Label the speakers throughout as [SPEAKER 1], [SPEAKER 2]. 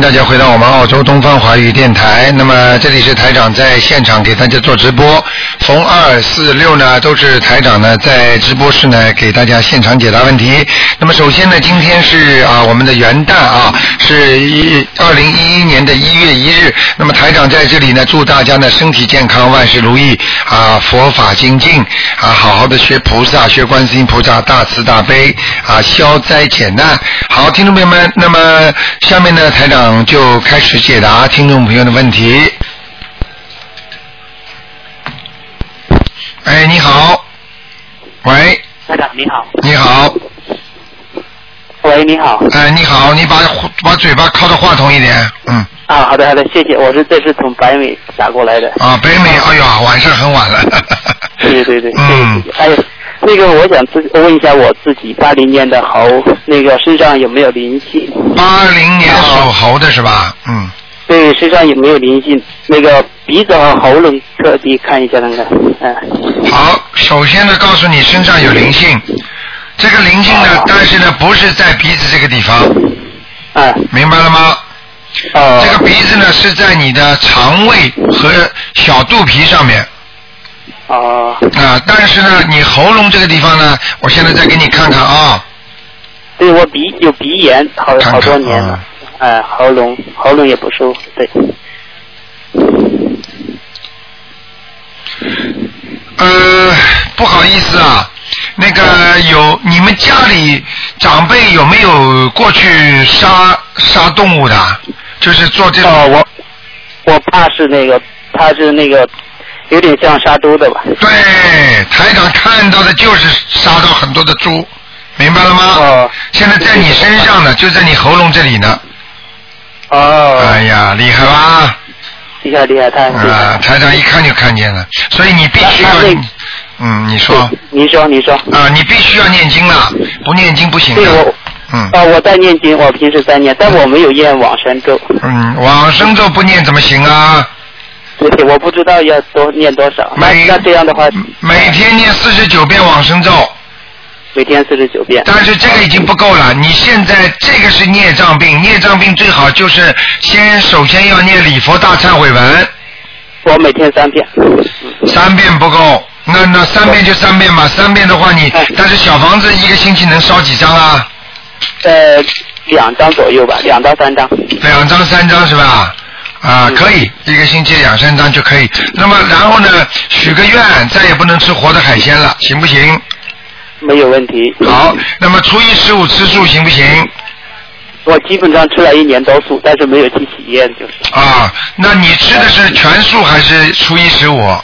[SPEAKER 1] 大家回到我们澳洲东方华语电台。那么这里是台长在现场给大家做直播，逢二四六呢都是台长呢在直播室呢给大家现场解答问题。那么首先呢，今天是啊我们的元旦啊，是一二零一一年的一月一日。那么台长在这里呢，祝大家呢身体健康，万事如意啊，佛法精进啊，好好的学菩萨，学观世音菩萨大慈大悲啊，消灾解难。好，听众朋友们，那么下面呢，台长就开始解答听众朋友的问题。哎，你好，喂，
[SPEAKER 2] 台长你好，
[SPEAKER 1] 你好，
[SPEAKER 2] 喂你好，
[SPEAKER 1] 哎，你好，你把把嘴巴靠着话筒一点，嗯，
[SPEAKER 2] 啊好的好的谢谢，我是这次从北美打过来的，
[SPEAKER 1] 啊，北美，哎呀，晚上很晚了，
[SPEAKER 2] 对对对，
[SPEAKER 1] 嗯
[SPEAKER 2] 谢谢谢谢，哎，那个我想自问一下我自己八零年的猴，那个身上有没有灵性？
[SPEAKER 1] 八零年属猴的是吧？嗯，
[SPEAKER 2] 对，身上有没有灵性？那个鼻子和喉咙彻底看一下那个，嗯、
[SPEAKER 1] 好，首先呢，告诉你身上有灵性，这个灵性呢
[SPEAKER 2] 啊，
[SPEAKER 1] 但是呢，不是在鼻子这个地方，
[SPEAKER 2] 哎，
[SPEAKER 1] 明白了吗？
[SPEAKER 2] 哦、
[SPEAKER 1] 这个鼻子呢是在你的肠胃和小肚皮上面
[SPEAKER 2] 哦、
[SPEAKER 1] 啊、但是呢，你喉咙这个地方呢，我现在再给你看看啊、
[SPEAKER 2] 对我鼻有鼻炎好
[SPEAKER 1] 看看啊嗯
[SPEAKER 2] 好多年了，哎、喉咙喉咙也不舒服，对，
[SPEAKER 1] 呃，不好意思啊，那个有你们家里长辈有没有过去杀杀动物的？就是做这种
[SPEAKER 2] 哦，我我怕是那个，他是那个，有点像杀猪的吧？
[SPEAKER 1] 对，台长看到的就是杀到很多的猪，明白了吗？
[SPEAKER 2] 哦
[SPEAKER 1] 现在在你身上呢，就在你喉咙这里呢。
[SPEAKER 2] 哦，嗯
[SPEAKER 1] 哎呀，厉害吧？
[SPEAKER 2] 厉害厉害，太厉害
[SPEAKER 1] 啊，
[SPEAKER 2] 了！
[SPEAKER 1] 台长一看就看见了，所以你必须要
[SPEAKER 2] 那那，
[SPEAKER 1] 嗯，你说
[SPEAKER 2] 您说您说，
[SPEAKER 1] 啊，你必须要念经了，不念经不行
[SPEAKER 2] 对
[SPEAKER 1] 的
[SPEAKER 2] 我。
[SPEAKER 1] 嗯
[SPEAKER 2] 啊，我在念经，我平时在念，但我没有念往生咒，
[SPEAKER 1] 嗯，往生咒不念怎么行啊？
[SPEAKER 2] 对对，我不知道要多念多少。那
[SPEAKER 1] 每嗯
[SPEAKER 2] 那这样的话，
[SPEAKER 1] 每天念四十九遍往生咒，
[SPEAKER 2] 每天四十九遍。
[SPEAKER 1] 但是这个已经不够了，你现在这个是孽障病，孽障病最好就是先首先要念礼佛大忏悔文
[SPEAKER 2] 我每天三遍。
[SPEAKER 1] 三遍不够，那那三遍就三遍吧，三遍的话你
[SPEAKER 2] 哎，
[SPEAKER 1] 但是小房子一个星期能烧几张啊？
[SPEAKER 2] 呃，两张左右吧，两到三张。
[SPEAKER 1] 两张三张是吧？啊，
[SPEAKER 2] 嗯
[SPEAKER 1] 可以，一个星期两三张就可以。那么然后呢，许个愿，再也不能吃活的海鲜了，行不行？
[SPEAKER 2] 没有问题。
[SPEAKER 1] 好，那么初一十五吃素行不行？
[SPEAKER 2] 我基本上吃了一年多素，但是没有去体验，就是
[SPEAKER 1] 啊，那你吃的
[SPEAKER 2] 嗯
[SPEAKER 1] 是全素还是初一十五？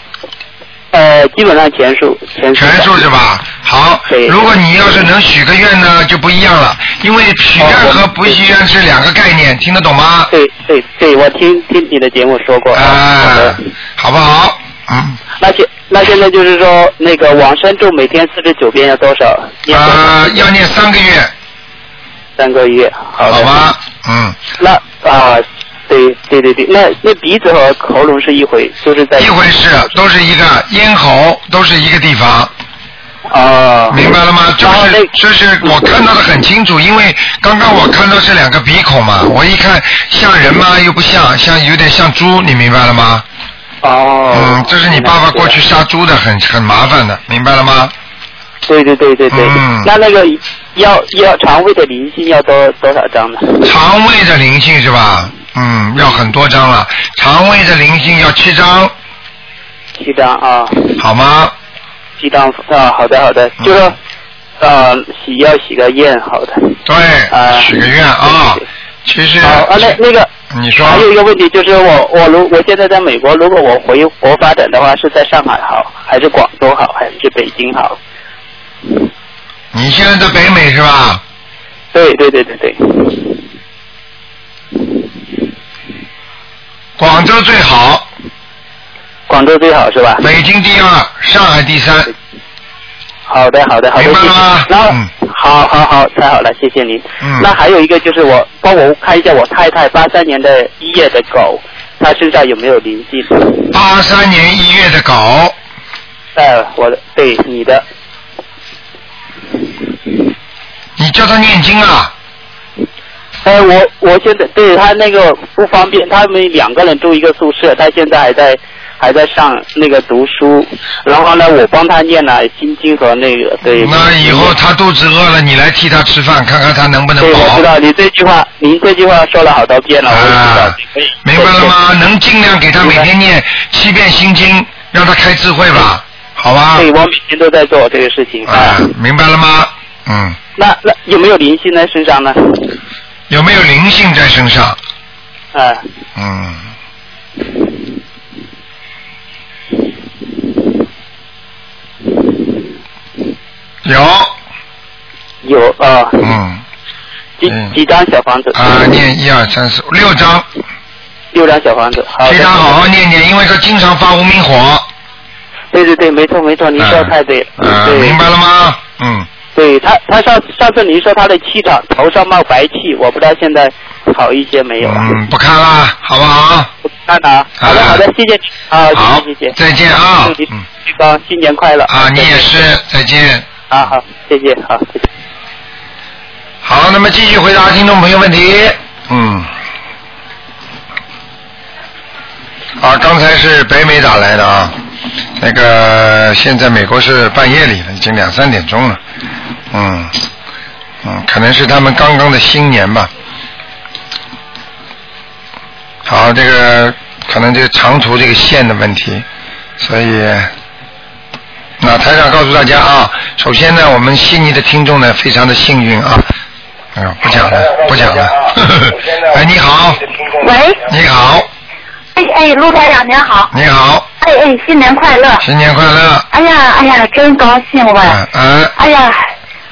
[SPEAKER 2] 呃，基本上全素，全素
[SPEAKER 1] 全
[SPEAKER 2] 吧。
[SPEAKER 1] 数是吧？好
[SPEAKER 2] 对，
[SPEAKER 1] 如果你要是能许个愿呢，就不一样了，因为许愿
[SPEAKER 2] 哦
[SPEAKER 1] 和
[SPEAKER 2] 我
[SPEAKER 1] 不许愿是两个概念，听得懂吗？
[SPEAKER 2] 对对对，我听听你的节目说过。好
[SPEAKER 1] 啊
[SPEAKER 2] 的，
[SPEAKER 1] 好不好？嗯，
[SPEAKER 2] 那现那现在就是说，那个往生咒每天四十九遍要多少？念多少
[SPEAKER 1] 呃，要念三个月，
[SPEAKER 2] 三个月。好
[SPEAKER 1] 好
[SPEAKER 2] 的。
[SPEAKER 1] 吧？嗯，
[SPEAKER 2] 那啊、对对对对，那那鼻子和喉咙是一回，就是在
[SPEAKER 1] 一回事，都是一个咽喉，都是一个地方，
[SPEAKER 2] 啊，
[SPEAKER 1] 明白了吗？就
[SPEAKER 2] 然后
[SPEAKER 1] 是
[SPEAKER 2] 那
[SPEAKER 1] 就是我看到的很清楚，因为刚刚我看到是两个鼻孔嘛，我一看像人吗？又不像，像有点像猪，你明白了吗？
[SPEAKER 2] 哦，
[SPEAKER 1] 嗯，这是你爸爸过去
[SPEAKER 2] 明白。
[SPEAKER 1] 杀猪的，很很麻烦的，明白了吗？
[SPEAKER 2] 对对对对对，
[SPEAKER 1] 嗯
[SPEAKER 2] 那那个要要肠胃的灵性要多多少张呢？
[SPEAKER 1] 肠胃的灵性是吧？嗯，要很多张了，肠胃的灵性要七张，
[SPEAKER 2] 七张啊，
[SPEAKER 1] 好吗？
[SPEAKER 2] 七张啊，好的好的，
[SPEAKER 1] 嗯
[SPEAKER 2] 就说呃洗要洗个验，好的。
[SPEAKER 1] 对，
[SPEAKER 2] 啊
[SPEAKER 1] 许个愿啊
[SPEAKER 2] 对对。
[SPEAKER 1] 其实，
[SPEAKER 2] 好啊，那那个
[SPEAKER 1] 你说
[SPEAKER 2] 还有一个问题就是我我如我现在在美国，如果我回国发展的话，是在上海好，还是广州好，还是北京好？
[SPEAKER 1] 你现在在北美是吧？
[SPEAKER 2] 对对对对对，
[SPEAKER 1] 广州最好，
[SPEAKER 2] 广州最好是吧？
[SPEAKER 1] 北京第二，上海第三。
[SPEAKER 2] 好的好的好的，
[SPEAKER 1] 明白了吗
[SPEAKER 2] 谢谢那、
[SPEAKER 1] 嗯
[SPEAKER 2] 好好好，太好了，谢谢您。
[SPEAKER 1] 嗯
[SPEAKER 2] 那还有一个就是我帮我看一下我太太八三年的一月的狗，她身上有没有灵性？
[SPEAKER 1] 八三年一月的狗，
[SPEAKER 2] 呃，我的对你的
[SPEAKER 1] 你叫他念经啊。
[SPEAKER 2] 哎，我我现在对他那个不方便，他们两个人住一个宿舍，他现在还在还在上那个读书，然后呢，我帮他念了心经和那个对。
[SPEAKER 1] 那以后他肚子饿了，你来替他吃饭，看看他能不能
[SPEAKER 2] 对，我
[SPEAKER 1] 饱
[SPEAKER 2] 知。道你这句话，您这句话说了好多遍了，我也知道
[SPEAKER 1] 啊。
[SPEAKER 2] 可以，
[SPEAKER 1] 明白了吗？能尽量给他每
[SPEAKER 2] 明白
[SPEAKER 1] 天念七遍心经，让他开智慧吧，好吧？
[SPEAKER 2] 对，我每天都在做这个事情。
[SPEAKER 1] 啊，明白了吗？嗯，
[SPEAKER 2] 那那有没有灵性在身上呢？
[SPEAKER 1] 有没有灵性在身上？
[SPEAKER 2] 啊，
[SPEAKER 1] 嗯，有，
[SPEAKER 2] 有啊，
[SPEAKER 1] 嗯，
[SPEAKER 2] 几
[SPEAKER 1] 嗯
[SPEAKER 2] 几张小房子？
[SPEAKER 1] 啊，念一二三四五六章，
[SPEAKER 2] 六张小房子。好
[SPEAKER 1] 非
[SPEAKER 2] 的
[SPEAKER 1] 常。好好念念，因为他经常发无名火。
[SPEAKER 2] 对对对，没错没错，您说得太对了。
[SPEAKER 1] 嗯啊，
[SPEAKER 2] 对
[SPEAKER 1] 明白了吗？嗯，
[SPEAKER 2] 对他，他上上次您说他的气场头上冒白气，我不知道现在好一些没有啊？
[SPEAKER 1] 嗯，不看了，好不好？
[SPEAKER 2] 我看看啊。好的
[SPEAKER 1] 啊
[SPEAKER 2] 好的，谢谢你啊，
[SPEAKER 1] 好
[SPEAKER 2] 谢谢谢谢。
[SPEAKER 1] 再见啊
[SPEAKER 2] 祝
[SPEAKER 1] 嗯
[SPEAKER 2] 您高新年快乐
[SPEAKER 1] 啊，你也是，再见。
[SPEAKER 2] 啊，好，谢谢好，谢谢。
[SPEAKER 1] 好，那么继续回答听众朋友问题。嗯。啊，刚才是北美打来的啊，那个现在美国是半夜里了，已经两三点钟了。嗯，嗯，可能是他们刚刚的新年吧。好，这个可能这个长途这个线的问题，所以那台长告诉大家啊，首先呢，我们悉尼的听众呢非常的幸运啊，嗯，不讲了，不讲了。 哎，你好，
[SPEAKER 3] 喂，
[SPEAKER 1] 你好，
[SPEAKER 3] 哎哎，陆台长您好，
[SPEAKER 1] 你好，
[SPEAKER 3] 哎哎，新年快乐！
[SPEAKER 1] 新年快乐！
[SPEAKER 3] 哎呀哎呀，真高兴喂！
[SPEAKER 1] 嗯嗯，
[SPEAKER 3] 哎呀，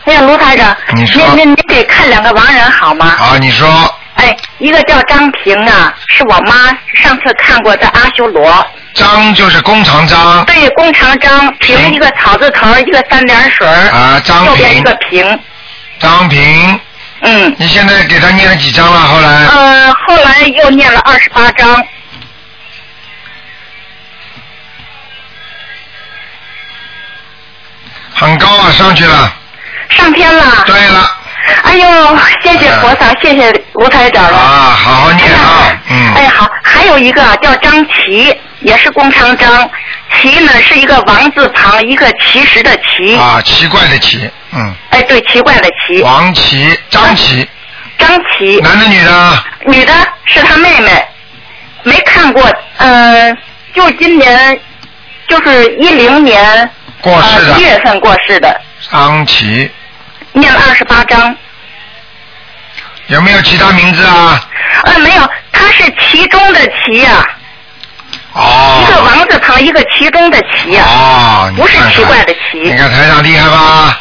[SPEAKER 3] 哎呀，卢台长，
[SPEAKER 1] 你说
[SPEAKER 3] 您您您给看两个亡人好吗？
[SPEAKER 1] 好，你说
[SPEAKER 3] 哎，一个叫张平啊，是我妈上次看过在阿修罗，
[SPEAKER 1] 张就是工长张
[SPEAKER 3] 对，弓长张，
[SPEAKER 1] 嗯
[SPEAKER 3] 平一个草字头，一个三点水儿，
[SPEAKER 1] 啊，张
[SPEAKER 3] 右边一
[SPEAKER 1] 平
[SPEAKER 3] 个，平，
[SPEAKER 1] 张平，
[SPEAKER 3] 嗯，
[SPEAKER 1] 你现在给他念了几张了？后来
[SPEAKER 3] 呃，后来又念了二十八章，
[SPEAKER 1] 很高啊，上去了。
[SPEAKER 3] 上天了。
[SPEAKER 1] 对嗯了，
[SPEAKER 3] 哎呦，谢谢菩萨，谢谢卢台长了。
[SPEAKER 1] 啊，好好
[SPEAKER 3] 哎
[SPEAKER 1] 念
[SPEAKER 3] 呀
[SPEAKER 1] 啊，，嗯，
[SPEAKER 3] 哎，好，还有一个叫张琪，也是工长张，琪呢是一个王字旁，一个奇石的奇，
[SPEAKER 1] 啊，奇怪的奇，嗯，
[SPEAKER 3] 哎，对，奇怪的奇，
[SPEAKER 1] 王奇，张奇，
[SPEAKER 3] 张琪，
[SPEAKER 1] 男的女的？
[SPEAKER 3] 女的是她妹妹，没看过，嗯，就今年，就是一零年
[SPEAKER 1] 过世
[SPEAKER 3] 呃一
[SPEAKER 1] 的
[SPEAKER 3] 月份过世的，
[SPEAKER 1] 张琪，
[SPEAKER 3] 念了二十八章，
[SPEAKER 1] 有没有其他名字啊？
[SPEAKER 3] 呃，没有，她是其中的其呀、一个
[SPEAKER 1] 哦，
[SPEAKER 3] 王字旁，一个其中的其呀、
[SPEAKER 1] 哦，你
[SPEAKER 3] 不是
[SPEAKER 1] 看看
[SPEAKER 3] 奇怪的奇
[SPEAKER 1] 你看台长厉害吧？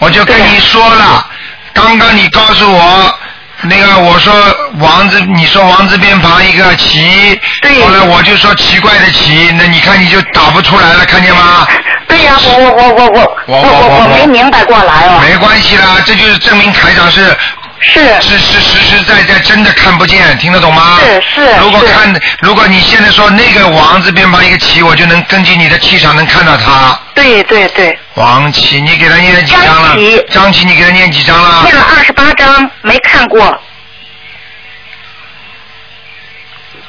[SPEAKER 1] 我就跟
[SPEAKER 3] 对
[SPEAKER 1] 你说了，刚刚你告诉我。那个我说王字，你说王字边旁一个奇，
[SPEAKER 3] 对
[SPEAKER 1] 后来我就说奇怪的奇，那你看你就打不出来了，看见吗？
[SPEAKER 3] 对呀、我我我我我
[SPEAKER 1] 我我
[SPEAKER 3] 我
[SPEAKER 1] 我
[SPEAKER 3] 没明白过来哦。
[SPEAKER 1] 没关系啦，这就是证明台长是
[SPEAKER 3] 是
[SPEAKER 1] 是是实实在在真的看不见，听得懂吗？
[SPEAKER 3] 是是
[SPEAKER 1] 如果
[SPEAKER 3] 是
[SPEAKER 1] 看，如果你现在说那个王字边旁一个旗，我就能根据你的气场能看到他。
[SPEAKER 3] 对对对，
[SPEAKER 1] 王旗，你给他念了几张了
[SPEAKER 3] 张旗？
[SPEAKER 1] 张旗，你给他念几张了
[SPEAKER 3] 念？了二十八章没看过，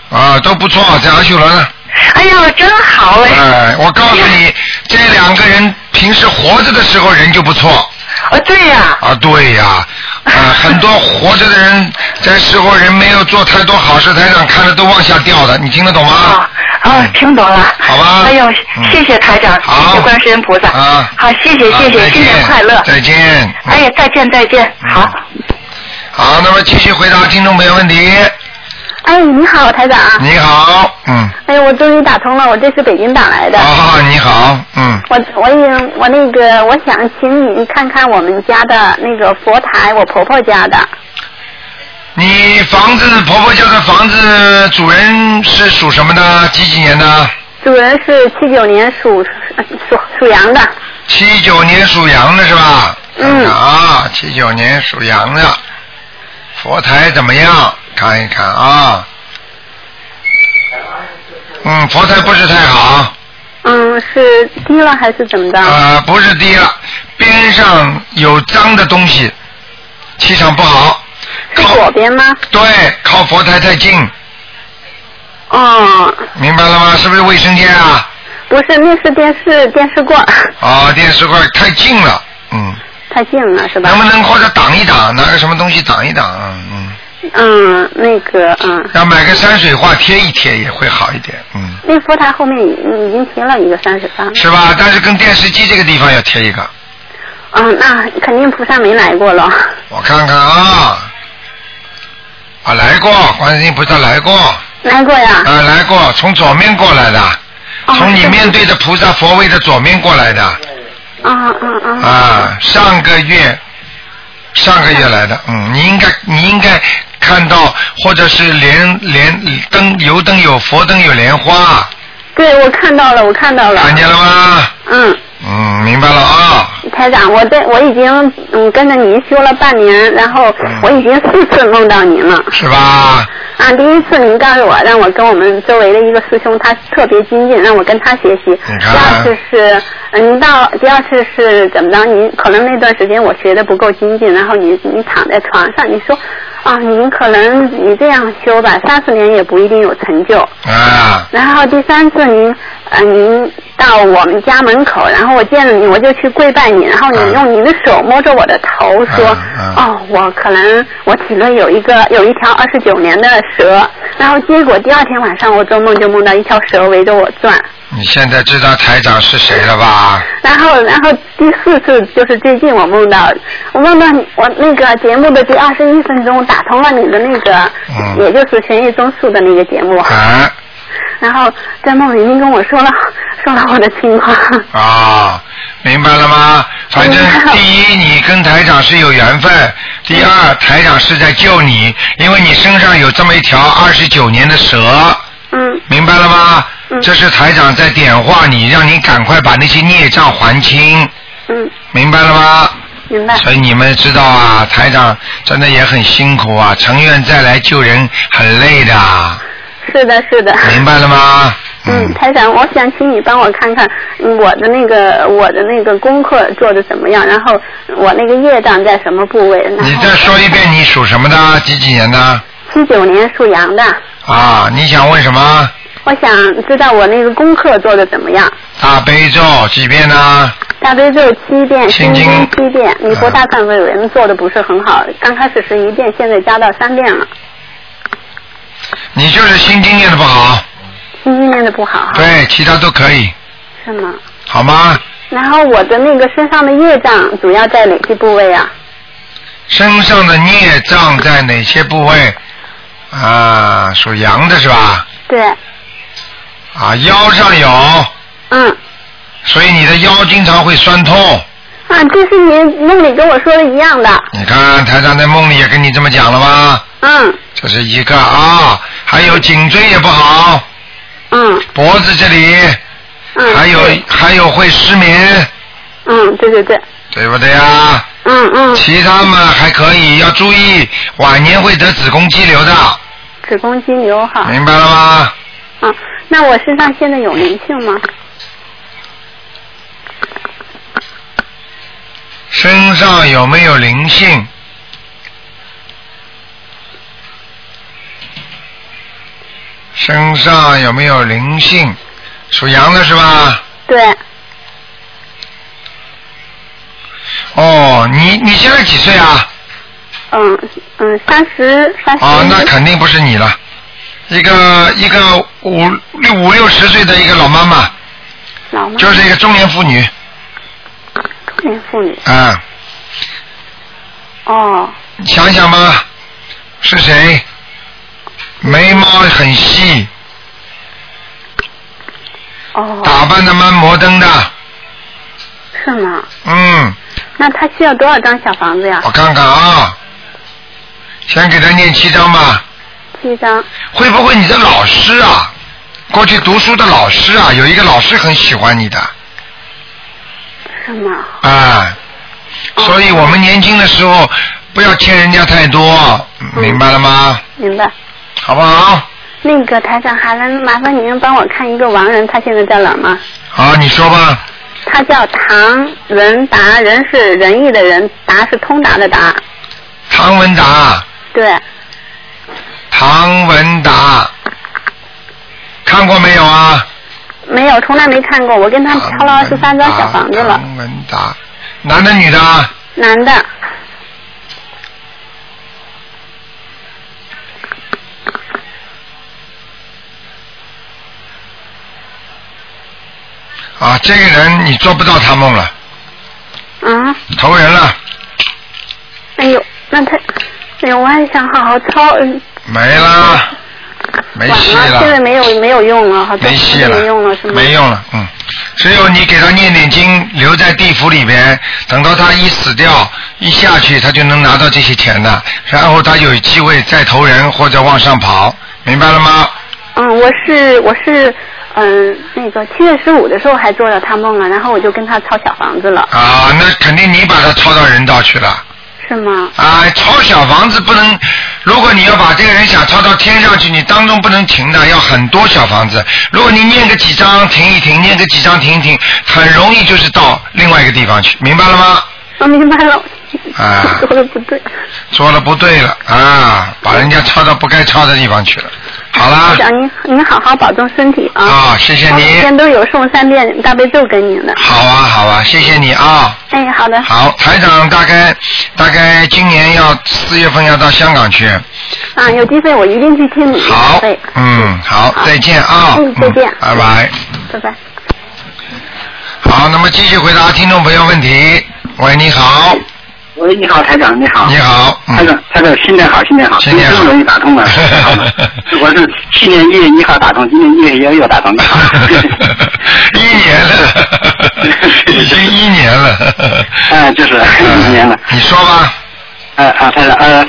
[SPEAKER 1] 啊，都不错，在阿修罗呢。
[SPEAKER 3] 哎呀，真好
[SPEAKER 1] 哎、
[SPEAKER 3] 哎！
[SPEAKER 1] 我告诉你，这两个人平时活着的时候人就不错。
[SPEAKER 3] 呃，对呀、
[SPEAKER 1] 啊，对呀、啊， 很多活着的人，在时候人没有做太多好事，台长看了都往下掉的，你听得懂吗？嗯
[SPEAKER 3] 啊啊，听懂了。
[SPEAKER 1] 好吧
[SPEAKER 3] 哎呦
[SPEAKER 1] 嗯，
[SPEAKER 3] 谢谢台长，
[SPEAKER 1] 好
[SPEAKER 3] 谢谢观世音菩萨。
[SPEAKER 1] 啊
[SPEAKER 3] 好，谢谢
[SPEAKER 1] 啊
[SPEAKER 3] 谢谢，
[SPEAKER 1] 再见
[SPEAKER 3] 新年快乐。
[SPEAKER 1] 再见。嗯
[SPEAKER 3] 哎，再见再见，好。
[SPEAKER 1] 好，那么继续回答听众朋友问题。
[SPEAKER 3] 啊
[SPEAKER 4] 哎，你好，台长。
[SPEAKER 1] 你好，嗯，
[SPEAKER 4] 哎呦，我终于打通了，我这是北京打来的。
[SPEAKER 1] 啊，你好，嗯，
[SPEAKER 4] 我我也我那个我想请你看看我们家的那个佛台，我婆婆家的。
[SPEAKER 1] 你房子婆婆家的房子主人是属什么的？几几年的？
[SPEAKER 4] 主人是七九年属呃属属羊的。
[SPEAKER 1] 七九年属羊的是吧？看
[SPEAKER 4] 嗯
[SPEAKER 1] 看啊，七九年属羊的，佛台怎么样？看一看啊。嗯，佛台不是太好，
[SPEAKER 4] 嗯，是低了还是怎么的？
[SPEAKER 1] 呃，不是低了，边上有脏的东西，气场不好。
[SPEAKER 4] 是左边吗？
[SPEAKER 1] 对，靠佛台太近，
[SPEAKER 4] 哦，
[SPEAKER 1] 明白了吗？是不是卫生间啊？
[SPEAKER 4] 不是，那是电视电视柜儿，
[SPEAKER 1] 哦，电视柜太近了，嗯，
[SPEAKER 4] 太近了是吧
[SPEAKER 1] 能？不能或者挡一挡，拿个什么东西挡一挡，嗯嗯，
[SPEAKER 4] 嗯，那个嗯，
[SPEAKER 1] 要买个山水画贴一贴也会好一点，嗯，
[SPEAKER 4] 那佛台后面已已经贴了一个三十八。
[SPEAKER 1] 是吧？但是跟电视机这个地方要贴一个，
[SPEAKER 4] 嗯，那肯定菩萨没来过了。
[SPEAKER 1] 我看看啊，啊来过，观世音菩萨来过，啊、
[SPEAKER 4] 来过呀。
[SPEAKER 1] 来过，从左面过来的，
[SPEAKER 4] 哦
[SPEAKER 1] 啊从你
[SPEAKER 4] 是
[SPEAKER 1] 面对着菩萨佛位的左面过来的，
[SPEAKER 4] 啊啊啊！
[SPEAKER 1] 啊，上个月，上个月来的，嗯，你应该你应该看到，或者是莲莲灯油灯有佛灯有莲花，
[SPEAKER 4] 对，我看到了，我看到了。
[SPEAKER 1] 看见了吗？
[SPEAKER 4] 嗯，
[SPEAKER 1] 嗯，明白了啊。
[SPEAKER 4] 台长，我在我已经嗯跟着您修了半年，然后
[SPEAKER 1] 嗯
[SPEAKER 4] 我已经四次梦到您了。
[SPEAKER 1] 是吧？
[SPEAKER 4] 啊，第一次您告诉我，让我跟我们周围的一个师兄，他特别精进，让我跟他学习。
[SPEAKER 1] 你
[SPEAKER 4] 第
[SPEAKER 1] 看
[SPEAKER 4] 二次是，嗯，您到第二次是怎么着？您可能那段时间我学的不够精进，然后你你躺在床上，你说啊，您可能你这样修吧，三十年也不一定有成就。
[SPEAKER 1] 啊，
[SPEAKER 4] 然后第三次您，呃，您到我们家门口，然后我见了你，我就去跪拜你，然后
[SPEAKER 1] 嗯
[SPEAKER 4] 你用你的手摸着我的头说，
[SPEAKER 1] 嗯嗯
[SPEAKER 4] 哦，我可能我体内有一个有一条二十九年的蛇，然后结果第二天晚上我做梦就梦到一条蛇围着我转，
[SPEAKER 1] 你现在知道台长是谁了吧？
[SPEAKER 4] 然后然后第四次就是最近我梦到，我梦到你我那个节目的第二十一分钟打通了你的那个，
[SPEAKER 1] 嗯
[SPEAKER 4] 也就是悬疑综述的那个节目。
[SPEAKER 1] 啊
[SPEAKER 4] 然后在梦里您跟我说了 说了我的情况，
[SPEAKER 1] 啊，明白了吗？反正
[SPEAKER 4] 明白了
[SPEAKER 1] 第一，你跟台长是有缘分；第二，台长是在救你，因为你身上有这么一条二十九年的蛇。
[SPEAKER 4] 嗯
[SPEAKER 1] 明白了吗？
[SPEAKER 4] 嗯
[SPEAKER 1] 这是台长在点化你，让你赶快把那些孽障还清，
[SPEAKER 4] 嗯，
[SPEAKER 1] 明白了吗？
[SPEAKER 4] 明白，
[SPEAKER 1] 所以你们知道啊，台长真的也很辛苦啊，成愿再来救人很累的，啊
[SPEAKER 4] 是的，是的。
[SPEAKER 1] 明白了吗？
[SPEAKER 4] 嗯，台长，我想请你帮我看看嗯我的那个我的那个功课做的怎么样，然后我那个业障在什么部位？然
[SPEAKER 1] 你
[SPEAKER 4] 后
[SPEAKER 1] 再说一遍，你属什么的？几几年的？
[SPEAKER 4] 七九年属羊的，
[SPEAKER 1] 啊，你想问什么？
[SPEAKER 4] 我想知道我那个功课做的怎么样。
[SPEAKER 1] 大悲咒几遍呢？
[SPEAKER 4] 大悲咒七遍，
[SPEAKER 1] 心
[SPEAKER 4] 心
[SPEAKER 1] 经
[SPEAKER 4] 经七遍，
[SPEAKER 1] 嗯
[SPEAKER 4] 弥佛大忏悔文做的不是很好，刚开始是一遍，现在加到三遍了，
[SPEAKER 1] 你就是心经念的不
[SPEAKER 4] 啊
[SPEAKER 1] 好，
[SPEAKER 4] 心经念的不好哈，
[SPEAKER 1] 对，其他都可以，
[SPEAKER 4] 是吗？
[SPEAKER 1] 好吗？
[SPEAKER 4] 然后我的那个身上的业障主要在哪些部位啊？
[SPEAKER 1] 身上的孽障在哪些部位？啊，属羊的是吧？
[SPEAKER 4] 对，
[SPEAKER 1] 啊，腰上有，
[SPEAKER 4] 嗯，
[SPEAKER 1] 所以你的腰经常会酸痛。
[SPEAKER 4] 啊，这是您梦里跟我说的一样的，
[SPEAKER 1] 你看台长在梦里也跟你这么讲了吧？
[SPEAKER 4] 嗯
[SPEAKER 1] 这是一个啊，还有颈椎也不好，
[SPEAKER 4] 嗯
[SPEAKER 1] 脖子这里，
[SPEAKER 4] 嗯，
[SPEAKER 1] 还有
[SPEAKER 4] 对
[SPEAKER 1] 还有会失眠，
[SPEAKER 4] 嗯，对对对，
[SPEAKER 1] 对不对啊？
[SPEAKER 4] 嗯嗯，
[SPEAKER 1] 其他嘛还可以，要注意晚年会得子宫肌瘤
[SPEAKER 4] 啊
[SPEAKER 1] 的，
[SPEAKER 4] 子宫肌瘤哈，
[SPEAKER 1] 明白了吗？
[SPEAKER 4] 嗯，那我身上现在有灵性吗？
[SPEAKER 1] 身上有没有灵性？身上有没有灵性？属羊的是吧？
[SPEAKER 4] 对，
[SPEAKER 1] 哦，你你现在几岁啊？
[SPEAKER 4] 嗯嗯，三十三十，
[SPEAKER 1] 哦，那肯定不是你了，一个一个五六五六十岁的一个老妈妈，
[SPEAKER 4] 老吗？
[SPEAKER 1] 就是一个中年妇女，
[SPEAKER 4] 中年妇女，
[SPEAKER 1] 啊、
[SPEAKER 4] 哦，
[SPEAKER 1] 你想想吧，是谁？眉毛很细，
[SPEAKER 4] 哦，
[SPEAKER 1] 打扮的蛮摩登的，
[SPEAKER 4] 是吗？
[SPEAKER 1] 嗯，
[SPEAKER 4] 那他需要多少张小房子呀
[SPEAKER 1] 我？看看啊，先给他念七章吧。
[SPEAKER 4] 七张，
[SPEAKER 1] 会不会你的老师啊，过去读书的老师啊，有一个老师很喜欢你的
[SPEAKER 4] 是吗？
[SPEAKER 1] 啊？所以我们年轻的时候不要欠人家太多，
[SPEAKER 4] 嗯
[SPEAKER 1] 明白了吗？
[SPEAKER 4] 明白。
[SPEAKER 1] 好不好？
[SPEAKER 4] 那个台长，还能麻烦您帮我看一个亡人，他现在在哪儿吗？
[SPEAKER 1] 好，你说吧。
[SPEAKER 4] 他叫唐仁达，仁是仁义的仁，达是通达的达，
[SPEAKER 1] 唐文达，
[SPEAKER 4] 对，
[SPEAKER 1] 唐文达，看过没有啊？
[SPEAKER 4] 没有，从来没看过。我跟他
[SPEAKER 1] 唐
[SPEAKER 4] 抄了二十三
[SPEAKER 1] 文达
[SPEAKER 4] 张
[SPEAKER 1] 啊
[SPEAKER 4] 小房子了，
[SPEAKER 1] 唐文达，男的女的啊？
[SPEAKER 4] 男的，
[SPEAKER 1] 啊，这个人你做不到他梦了，
[SPEAKER 4] 嗯，
[SPEAKER 1] 投人了，
[SPEAKER 4] 哎呦，那他，哎呦，我还想好好抄，嗯
[SPEAKER 1] 没啦， 没戏
[SPEAKER 4] 晚了，现在
[SPEAKER 1] 了，
[SPEAKER 4] 没有没有用了，好像
[SPEAKER 1] 没戏了
[SPEAKER 4] 没用了是，吗？
[SPEAKER 1] 没用了，嗯。只有你给他念念经，留在地府里边，等到他一死掉，一下去他就能拿到这些钱的，然后他有机会再投人或者往上跑，明白了吗？
[SPEAKER 4] 嗯，我是我是嗯、那个七月十五的时候还做了他梦了，然后我就跟他抄小房子了，
[SPEAKER 1] 啊，那肯定你把他抄到人道去了。
[SPEAKER 4] 是吗？
[SPEAKER 1] 啊，抄小房子不能，如果你要把这个人想抄到天上去，你当中不能停的，要很多小房子。如果你念个几张停一停，念个几张停一停，很容易就是到另外一个地方去，明白了吗？
[SPEAKER 4] 我、明白了，
[SPEAKER 1] 啊
[SPEAKER 4] 说的不对。
[SPEAKER 1] 做了不对了啊，把人家抄到不该抄的地方去了。好啦
[SPEAKER 4] 台，长，您您好好保重身体啊！
[SPEAKER 1] 啊谢谢
[SPEAKER 4] 我
[SPEAKER 1] 你
[SPEAKER 4] 每天都有送三遍大悲咒给您的。
[SPEAKER 1] 好啊，好啊，谢谢你啊。
[SPEAKER 4] 哎，好的，
[SPEAKER 1] 好，台长大概大概今年要四月份要到香港去。
[SPEAKER 4] 啊，有机会我一定去听你的
[SPEAKER 1] 好
[SPEAKER 4] 对，，
[SPEAKER 1] 嗯，好，
[SPEAKER 4] 好
[SPEAKER 1] 再见啊，
[SPEAKER 4] 嗯再见
[SPEAKER 1] 拜拜。
[SPEAKER 4] 拜拜。
[SPEAKER 1] 好，那么继续回答听众朋友问题。喂，你好，
[SPEAKER 5] 喂，你好，台长，你好。哎
[SPEAKER 1] 你好，
[SPEAKER 5] 台
[SPEAKER 1] 嗯，
[SPEAKER 5] 长，台长，新年好，新年好，
[SPEAKER 1] 新年好
[SPEAKER 5] 终于容易打通了。我是去年一月一号打通，今年一月一号又打通的。
[SPEAKER 1] 一年 了，已经一嗯年了，
[SPEAKER 5] 哎，就是一年了。
[SPEAKER 1] 你说吧，
[SPEAKER 5] 呃啊，台长，呃，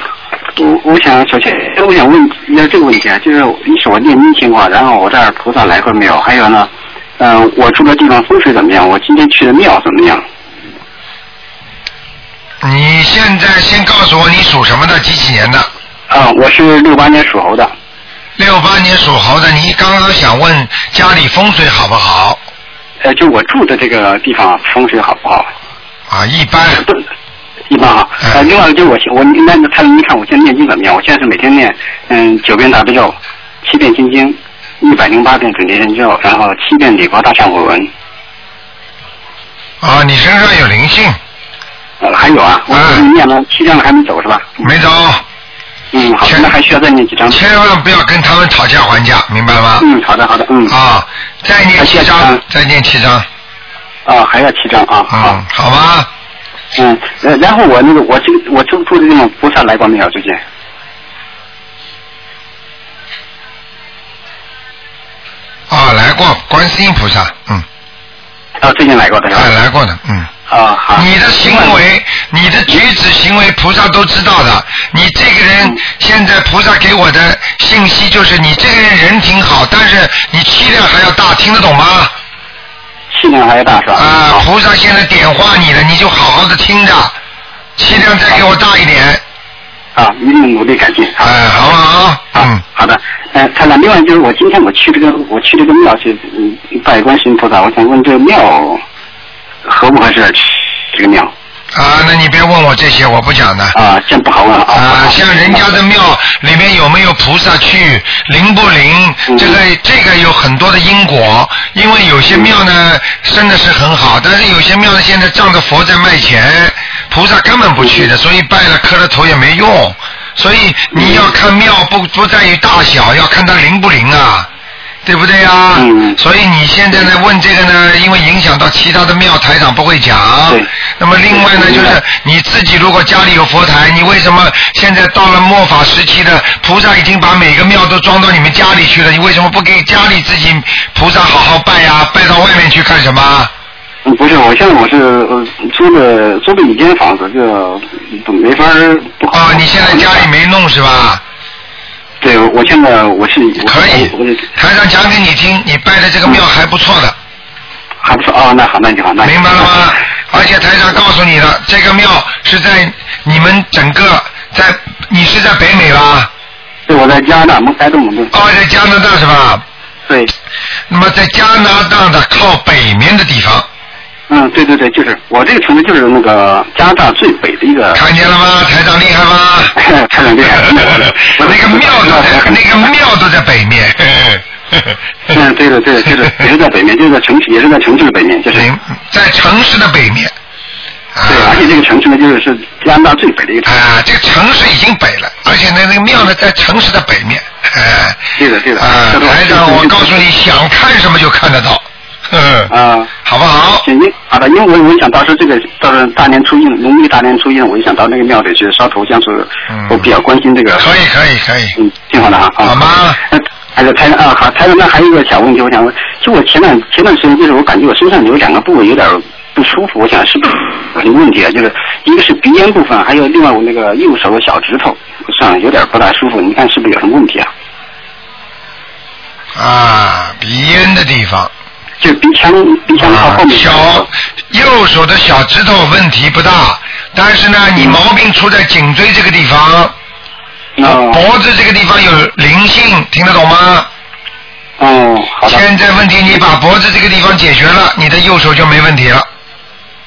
[SPEAKER 5] 我我想首先我想问一下这个问题啊，就是一是我念经情况，然后哦我这儿菩萨来过没有？还有呢，嗯、我住的地方风水怎么样？我今天去的庙怎么样？
[SPEAKER 1] 你现在先告诉我你属什么的，几几年的？
[SPEAKER 5] 啊、我是六八年属猴的。
[SPEAKER 1] 六八年属猴的，你刚刚想问家里风水好不好
[SPEAKER 5] 呃，就我住的这个地方风水好不好？
[SPEAKER 1] 啊？一般，
[SPEAKER 5] 一般哈，呃，另外就是我现我那那他您看我现在念经怎么样？我现在是每天念嗯九遍大悲咒，七遍心经，一百零八遍准提神咒，然后七遍礼佛大忏悔文。
[SPEAKER 1] 啊，你身上有灵性，
[SPEAKER 5] 呃，还有啊，我
[SPEAKER 1] 嗯
[SPEAKER 5] 念了七张了还没走是吧？
[SPEAKER 1] 没走，
[SPEAKER 5] 嗯，好，
[SPEAKER 1] 千
[SPEAKER 5] 那还需要再念几张？
[SPEAKER 1] 千万不要跟他们讨价还价，明白吗？
[SPEAKER 5] 嗯，好的好的，嗯，
[SPEAKER 1] 啊，再念七张，再念七张，
[SPEAKER 5] 啊，还要七张啊，好
[SPEAKER 1] 嗯，，好吗？
[SPEAKER 5] 嗯，呃然后我那个我这个我住住的地方菩萨来过没有？最近？
[SPEAKER 1] 啊，来过，观世音菩萨，嗯，
[SPEAKER 5] 啊，最近来过的是
[SPEAKER 1] 哎，
[SPEAKER 5] 吧？
[SPEAKER 1] 来过的，嗯。
[SPEAKER 5] 啊，好。
[SPEAKER 1] 你的行为、你的举止、行为，菩萨都知道的。你这个人
[SPEAKER 5] 嗯，
[SPEAKER 1] 现在菩萨给我的信息就是，你这个人人挺好，但是你气量还要大，听得懂吗？
[SPEAKER 5] 气量还要大是吧？
[SPEAKER 1] 啊，
[SPEAKER 5] 好
[SPEAKER 1] 菩萨现在点化你了，你就好好的听着，气量再给我大一点，
[SPEAKER 5] 啊，一定努力改进。好
[SPEAKER 1] 哎，好不好？嗯
[SPEAKER 5] 啊，，好的，呃，太太，另外就是我今天我去这个我去这个庙去嗯拜观世音菩萨，我想问这个庙合不合适？这个庙
[SPEAKER 1] 啊，那你别问我这些，我不讲的。
[SPEAKER 5] 啊，这不好问啊。
[SPEAKER 1] 啊，像人家的庙里面有没有菩萨去，灵不灵？
[SPEAKER 5] 嗯
[SPEAKER 1] 这个这个有很多的因果，因为有些庙呢真的是很好，但是有些庙呢现在仗着佛在卖钱，菩萨根本不去
[SPEAKER 5] 嗯
[SPEAKER 1] 的，所以拜了磕了头也没用。所以你
[SPEAKER 5] 嗯
[SPEAKER 1] 要看庙不不在于大小，要看它灵不灵啊。对不对呀、
[SPEAKER 5] 嗯
[SPEAKER 1] 所以你现在呢问这个呢，因为影响到其他的庙台长不会讲
[SPEAKER 5] 对。
[SPEAKER 1] 那么另外呢，
[SPEAKER 5] 对
[SPEAKER 1] 就
[SPEAKER 5] 明白
[SPEAKER 1] 是你自己如果家里有佛台，你为什么现在到了末法时期的菩萨已经把每个庙都装到你们家里去了？你为什么不给家里自己菩萨好好拜呀、拜到外面去干什么？
[SPEAKER 5] 嗯不是，我现在我是呃租的租的一间房子，就不没法儿不好
[SPEAKER 1] 哦，你现在家里没弄是吧？
[SPEAKER 5] 对，我现在我是我
[SPEAKER 1] 可以
[SPEAKER 5] 我我，
[SPEAKER 1] 台长讲给你听，你拜的这个庙还不错的。
[SPEAKER 5] 还不错啊，那好，那就好，那就好
[SPEAKER 1] 明白了吗？而且台长告诉你了，这个庙是在你们整个在你是在北美吧？
[SPEAKER 5] 对，我在加拿大蒙塞顿蒙顿，
[SPEAKER 1] 哦，在加拿大是吧？
[SPEAKER 5] 对，
[SPEAKER 1] 那么在加拿大的靠北面的地方，
[SPEAKER 5] 嗯，对对对，就是我这个城市就是那个加拿大最北的一个，
[SPEAKER 1] 看见了吗？台长厉害 吗？，
[SPEAKER 5] 太厉害了
[SPEAKER 1] 那个庙都 在，那个庙都在北面。
[SPEAKER 5] 嗯，对的，对 的，就是也是在北面，就是在城市，也是在城市的北面，就是对，
[SPEAKER 1] 明在城市的北面。啊
[SPEAKER 5] 而且这个城市呢，就是是加拿大最北的一个城市，
[SPEAKER 1] 啊，这个城市已经北了，而且呢，那个庙呢在城市的北面。哎、
[SPEAKER 5] 对的，对的。
[SPEAKER 1] 啊，
[SPEAKER 5] 这都是
[SPEAKER 1] 台长，我告诉你，想看什么就看得到。嗯，
[SPEAKER 5] 啊，
[SPEAKER 1] 好不好？
[SPEAKER 5] 行，因好的，因为我我想到时候这个到时候大年初一，农历大年初一，我就想到那个庙里去烧头香，所以
[SPEAKER 1] 嗯
[SPEAKER 5] 我比较关心这个。
[SPEAKER 1] 可以，可以，可以。
[SPEAKER 5] 嗯，挺好的哈。啊
[SPEAKER 1] 好吗？
[SPEAKER 5] 那还有台长啊，好，台长，那还有一个小问题，我想问，就我前段前段时间，就是我感觉我身上有两个部位有点不舒服，我想是不是有什么问题啊？就是一个是鼻炎部分，还有另外我那个右手的小指头上有点不大舒服，你看是不是有什么问题啊？
[SPEAKER 1] 啊，鼻烟的地方。
[SPEAKER 5] 就是鼻腔鼻腔靠
[SPEAKER 1] 啊
[SPEAKER 5] 后，面、
[SPEAKER 1] 小右手的小指头问题不大，但是呢，
[SPEAKER 5] 嗯
[SPEAKER 1] 你毛病出在颈椎这个地方，
[SPEAKER 5] 哦
[SPEAKER 1] 脖子这个地方有灵性，听得懂吗？
[SPEAKER 5] 哦，好的。
[SPEAKER 1] 现在问题你把脖子这个地方解决了，你的右手就没问题了。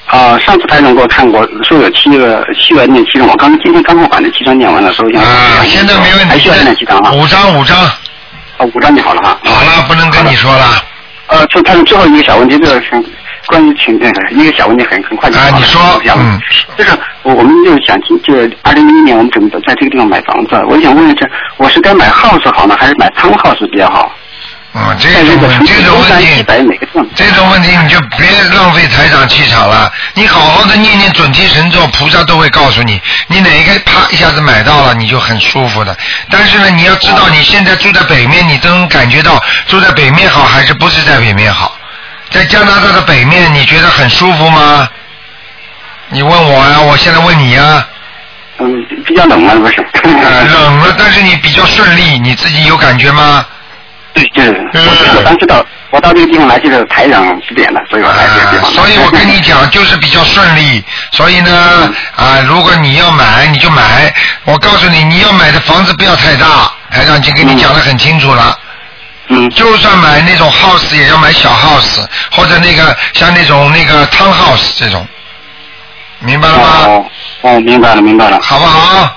[SPEAKER 5] 啊，上次台长给我看过，说有七个七个念七张，我刚今天刚刚把那七张念完了，所以我想
[SPEAKER 1] 啊，现在没问
[SPEAKER 5] 还
[SPEAKER 1] 题
[SPEAKER 5] 需要念七张啊？
[SPEAKER 1] 五张五张，
[SPEAKER 5] 啊，五张就好了哈。
[SPEAKER 1] 好了，不能跟你说了
[SPEAKER 5] 呃，就他的最后一个小问题，就是关于请那个一个小问题很，很快就
[SPEAKER 1] 啊
[SPEAKER 5] 好。了
[SPEAKER 1] 你说，
[SPEAKER 5] 小问
[SPEAKER 1] 嗯
[SPEAKER 5] 题，就是我我们就是想进，就是二零零一年我们准备在这个地方买房子，我想问一下，我是该买 house 好呢，还是买 townhouse 比较好？
[SPEAKER 1] 嗯，这
[SPEAKER 5] 在这个
[SPEAKER 1] 种
[SPEAKER 5] 城市
[SPEAKER 1] 这种
[SPEAKER 5] 东
[SPEAKER 1] 问
[SPEAKER 5] 南
[SPEAKER 1] 题
[SPEAKER 5] 西北哪个地方？
[SPEAKER 1] 这种问题你就别浪费台长气场了，你好好的念念准提神咒，菩萨都会告诉你，你哪一个啪一下子买到了，你就很舒服的。但是呢，你要知道你现在住在北面，你都能感觉到住在北面好还是不是在北面好。在加拿大的北面，你觉得很舒服吗？你问我呀、我现在问你啊呀、
[SPEAKER 5] 嗯，比较冷嘛，不是？
[SPEAKER 1] 呃冷了，但是你比较顺利，你自己有感觉吗？
[SPEAKER 5] 对，就是
[SPEAKER 1] 嗯
[SPEAKER 5] 我我当时到我到这个地方来就是台长指点的，所以我来这个地方。
[SPEAKER 1] 呃啊所以我跟你讲，就是比较顺利。所以呢，
[SPEAKER 5] 嗯
[SPEAKER 1] 啊、如果你要买，你就买。我告诉你，你要买的房子不要太大，台长已经跟你讲的很清楚了。
[SPEAKER 5] 嗯
[SPEAKER 1] 就算买那种 house，也要买小 house，或者那个像那种那个 town house 这种，明白了吗？
[SPEAKER 5] 哦哦，明白了明白了，
[SPEAKER 1] 呃好不好？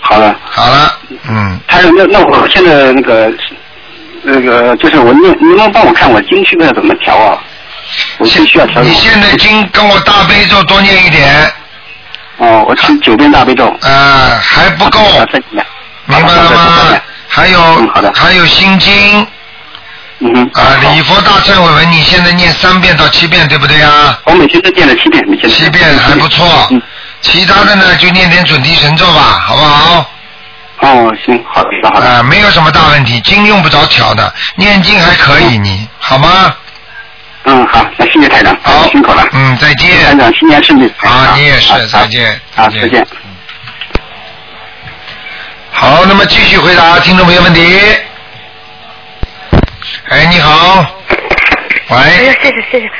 [SPEAKER 5] 好了。
[SPEAKER 1] 好了，嗯，
[SPEAKER 5] 他说那那我现在那个那个就是我你你能帮我看我经区的怎么调啊？我经需要调吗
[SPEAKER 1] 你现在经跟我大悲咒多念一点，
[SPEAKER 5] 哦，我吃九遍大悲咒。
[SPEAKER 1] 啊，还不够，
[SPEAKER 5] 啊再见
[SPEAKER 1] 明白了
[SPEAKER 5] 好的好
[SPEAKER 1] 吗
[SPEAKER 5] 的？
[SPEAKER 1] 还有
[SPEAKER 5] 嗯好的
[SPEAKER 1] 还有心经。
[SPEAKER 5] 嗯哼。
[SPEAKER 1] 啊，
[SPEAKER 5] 好
[SPEAKER 1] 礼佛大忏悔文，你现在念三遍到七遍，对不对啊？
[SPEAKER 5] 我每天都念了七遍，每天都
[SPEAKER 1] 七遍还不错
[SPEAKER 5] 嗯。
[SPEAKER 1] 其他的呢，就念点准提神咒吧，好不好？
[SPEAKER 5] 哦，行，好的，好的，
[SPEAKER 1] 啊，没有什么大问题，经用不着调的，念经还可以，你好吗？
[SPEAKER 5] 嗯，好，那谢谢台长，
[SPEAKER 1] 好，
[SPEAKER 5] 辛苦了。
[SPEAKER 1] 嗯，再
[SPEAKER 5] 台
[SPEAKER 1] 见。
[SPEAKER 5] 长，新年顺利。
[SPEAKER 1] 啊，你也
[SPEAKER 5] 好好
[SPEAKER 1] 是，再见，
[SPEAKER 5] 好，再见。。
[SPEAKER 1] 好，那么继续回答听众朋友问题。哎，你好。
[SPEAKER 6] 哎
[SPEAKER 1] 喂
[SPEAKER 6] 呀，，谢谢谢谢，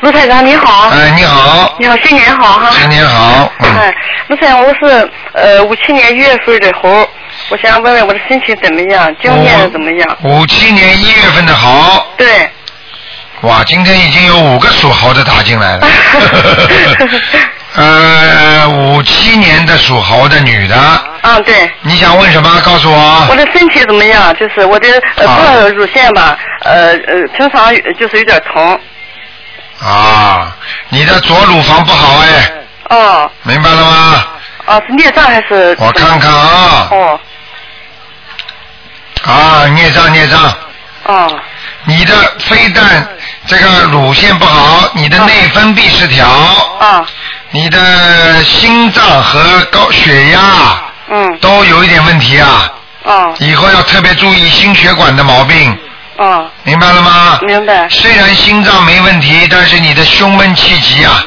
[SPEAKER 6] 卢台长你好，
[SPEAKER 1] 哎，你好，
[SPEAKER 6] 你好，新年好哈。
[SPEAKER 1] 新年哎好，嗯，
[SPEAKER 6] 哎，卢台长，我是呃五七年一月份的猴，我想问问我的心情怎么样，经
[SPEAKER 1] 哦
[SPEAKER 6] 验怎么样？
[SPEAKER 1] 五七年一月份的好，
[SPEAKER 6] 对，
[SPEAKER 1] 哇，今天已经有五个属猴的打进来了。呃，五七年的属猴的女的，
[SPEAKER 6] 啊对，
[SPEAKER 1] 你想问什么？告诉
[SPEAKER 6] 我
[SPEAKER 1] 我。
[SPEAKER 6] 的身体怎么样？就是我的呃
[SPEAKER 1] 啊
[SPEAKER 6] 脖乳腺吧，呃呃，平常呃就是有点疼。
[SPEAKER 1] 啊，你的左乳房不好哎，
[SPEAKER 6] 哦，
[SPEAKER 1] 明白了吗？
[SPEAKER 6] 啊是孽障还是？
[SPEAKER 1] 我看看啊，
[SPEAKER 6] 哦
[SPEAKER 1] 啊，孽障孽障，
[SPEAKER 6] 哦
[SPEAKER 1] 你的非但这个乳腺不好，你的内分泌失调，
[SPEAKER 6] 啊
[SPEAKER 1] 你的心脏和高血压
[SPEAKER 6] 嗯
[SPEAKER 1] 都有一点问题啊，
[SPEAKER 6] 啊
[SPEAKER 1] 以后要特别注意心血管的毛病。
[SPEAKER 6] 啊，
[SPEAKER 1] 明白了吗？
[SPEAKER 6] 明白，
[SPEAKER 1] 虽然心脏没问题，但是你的胸闷气急啊，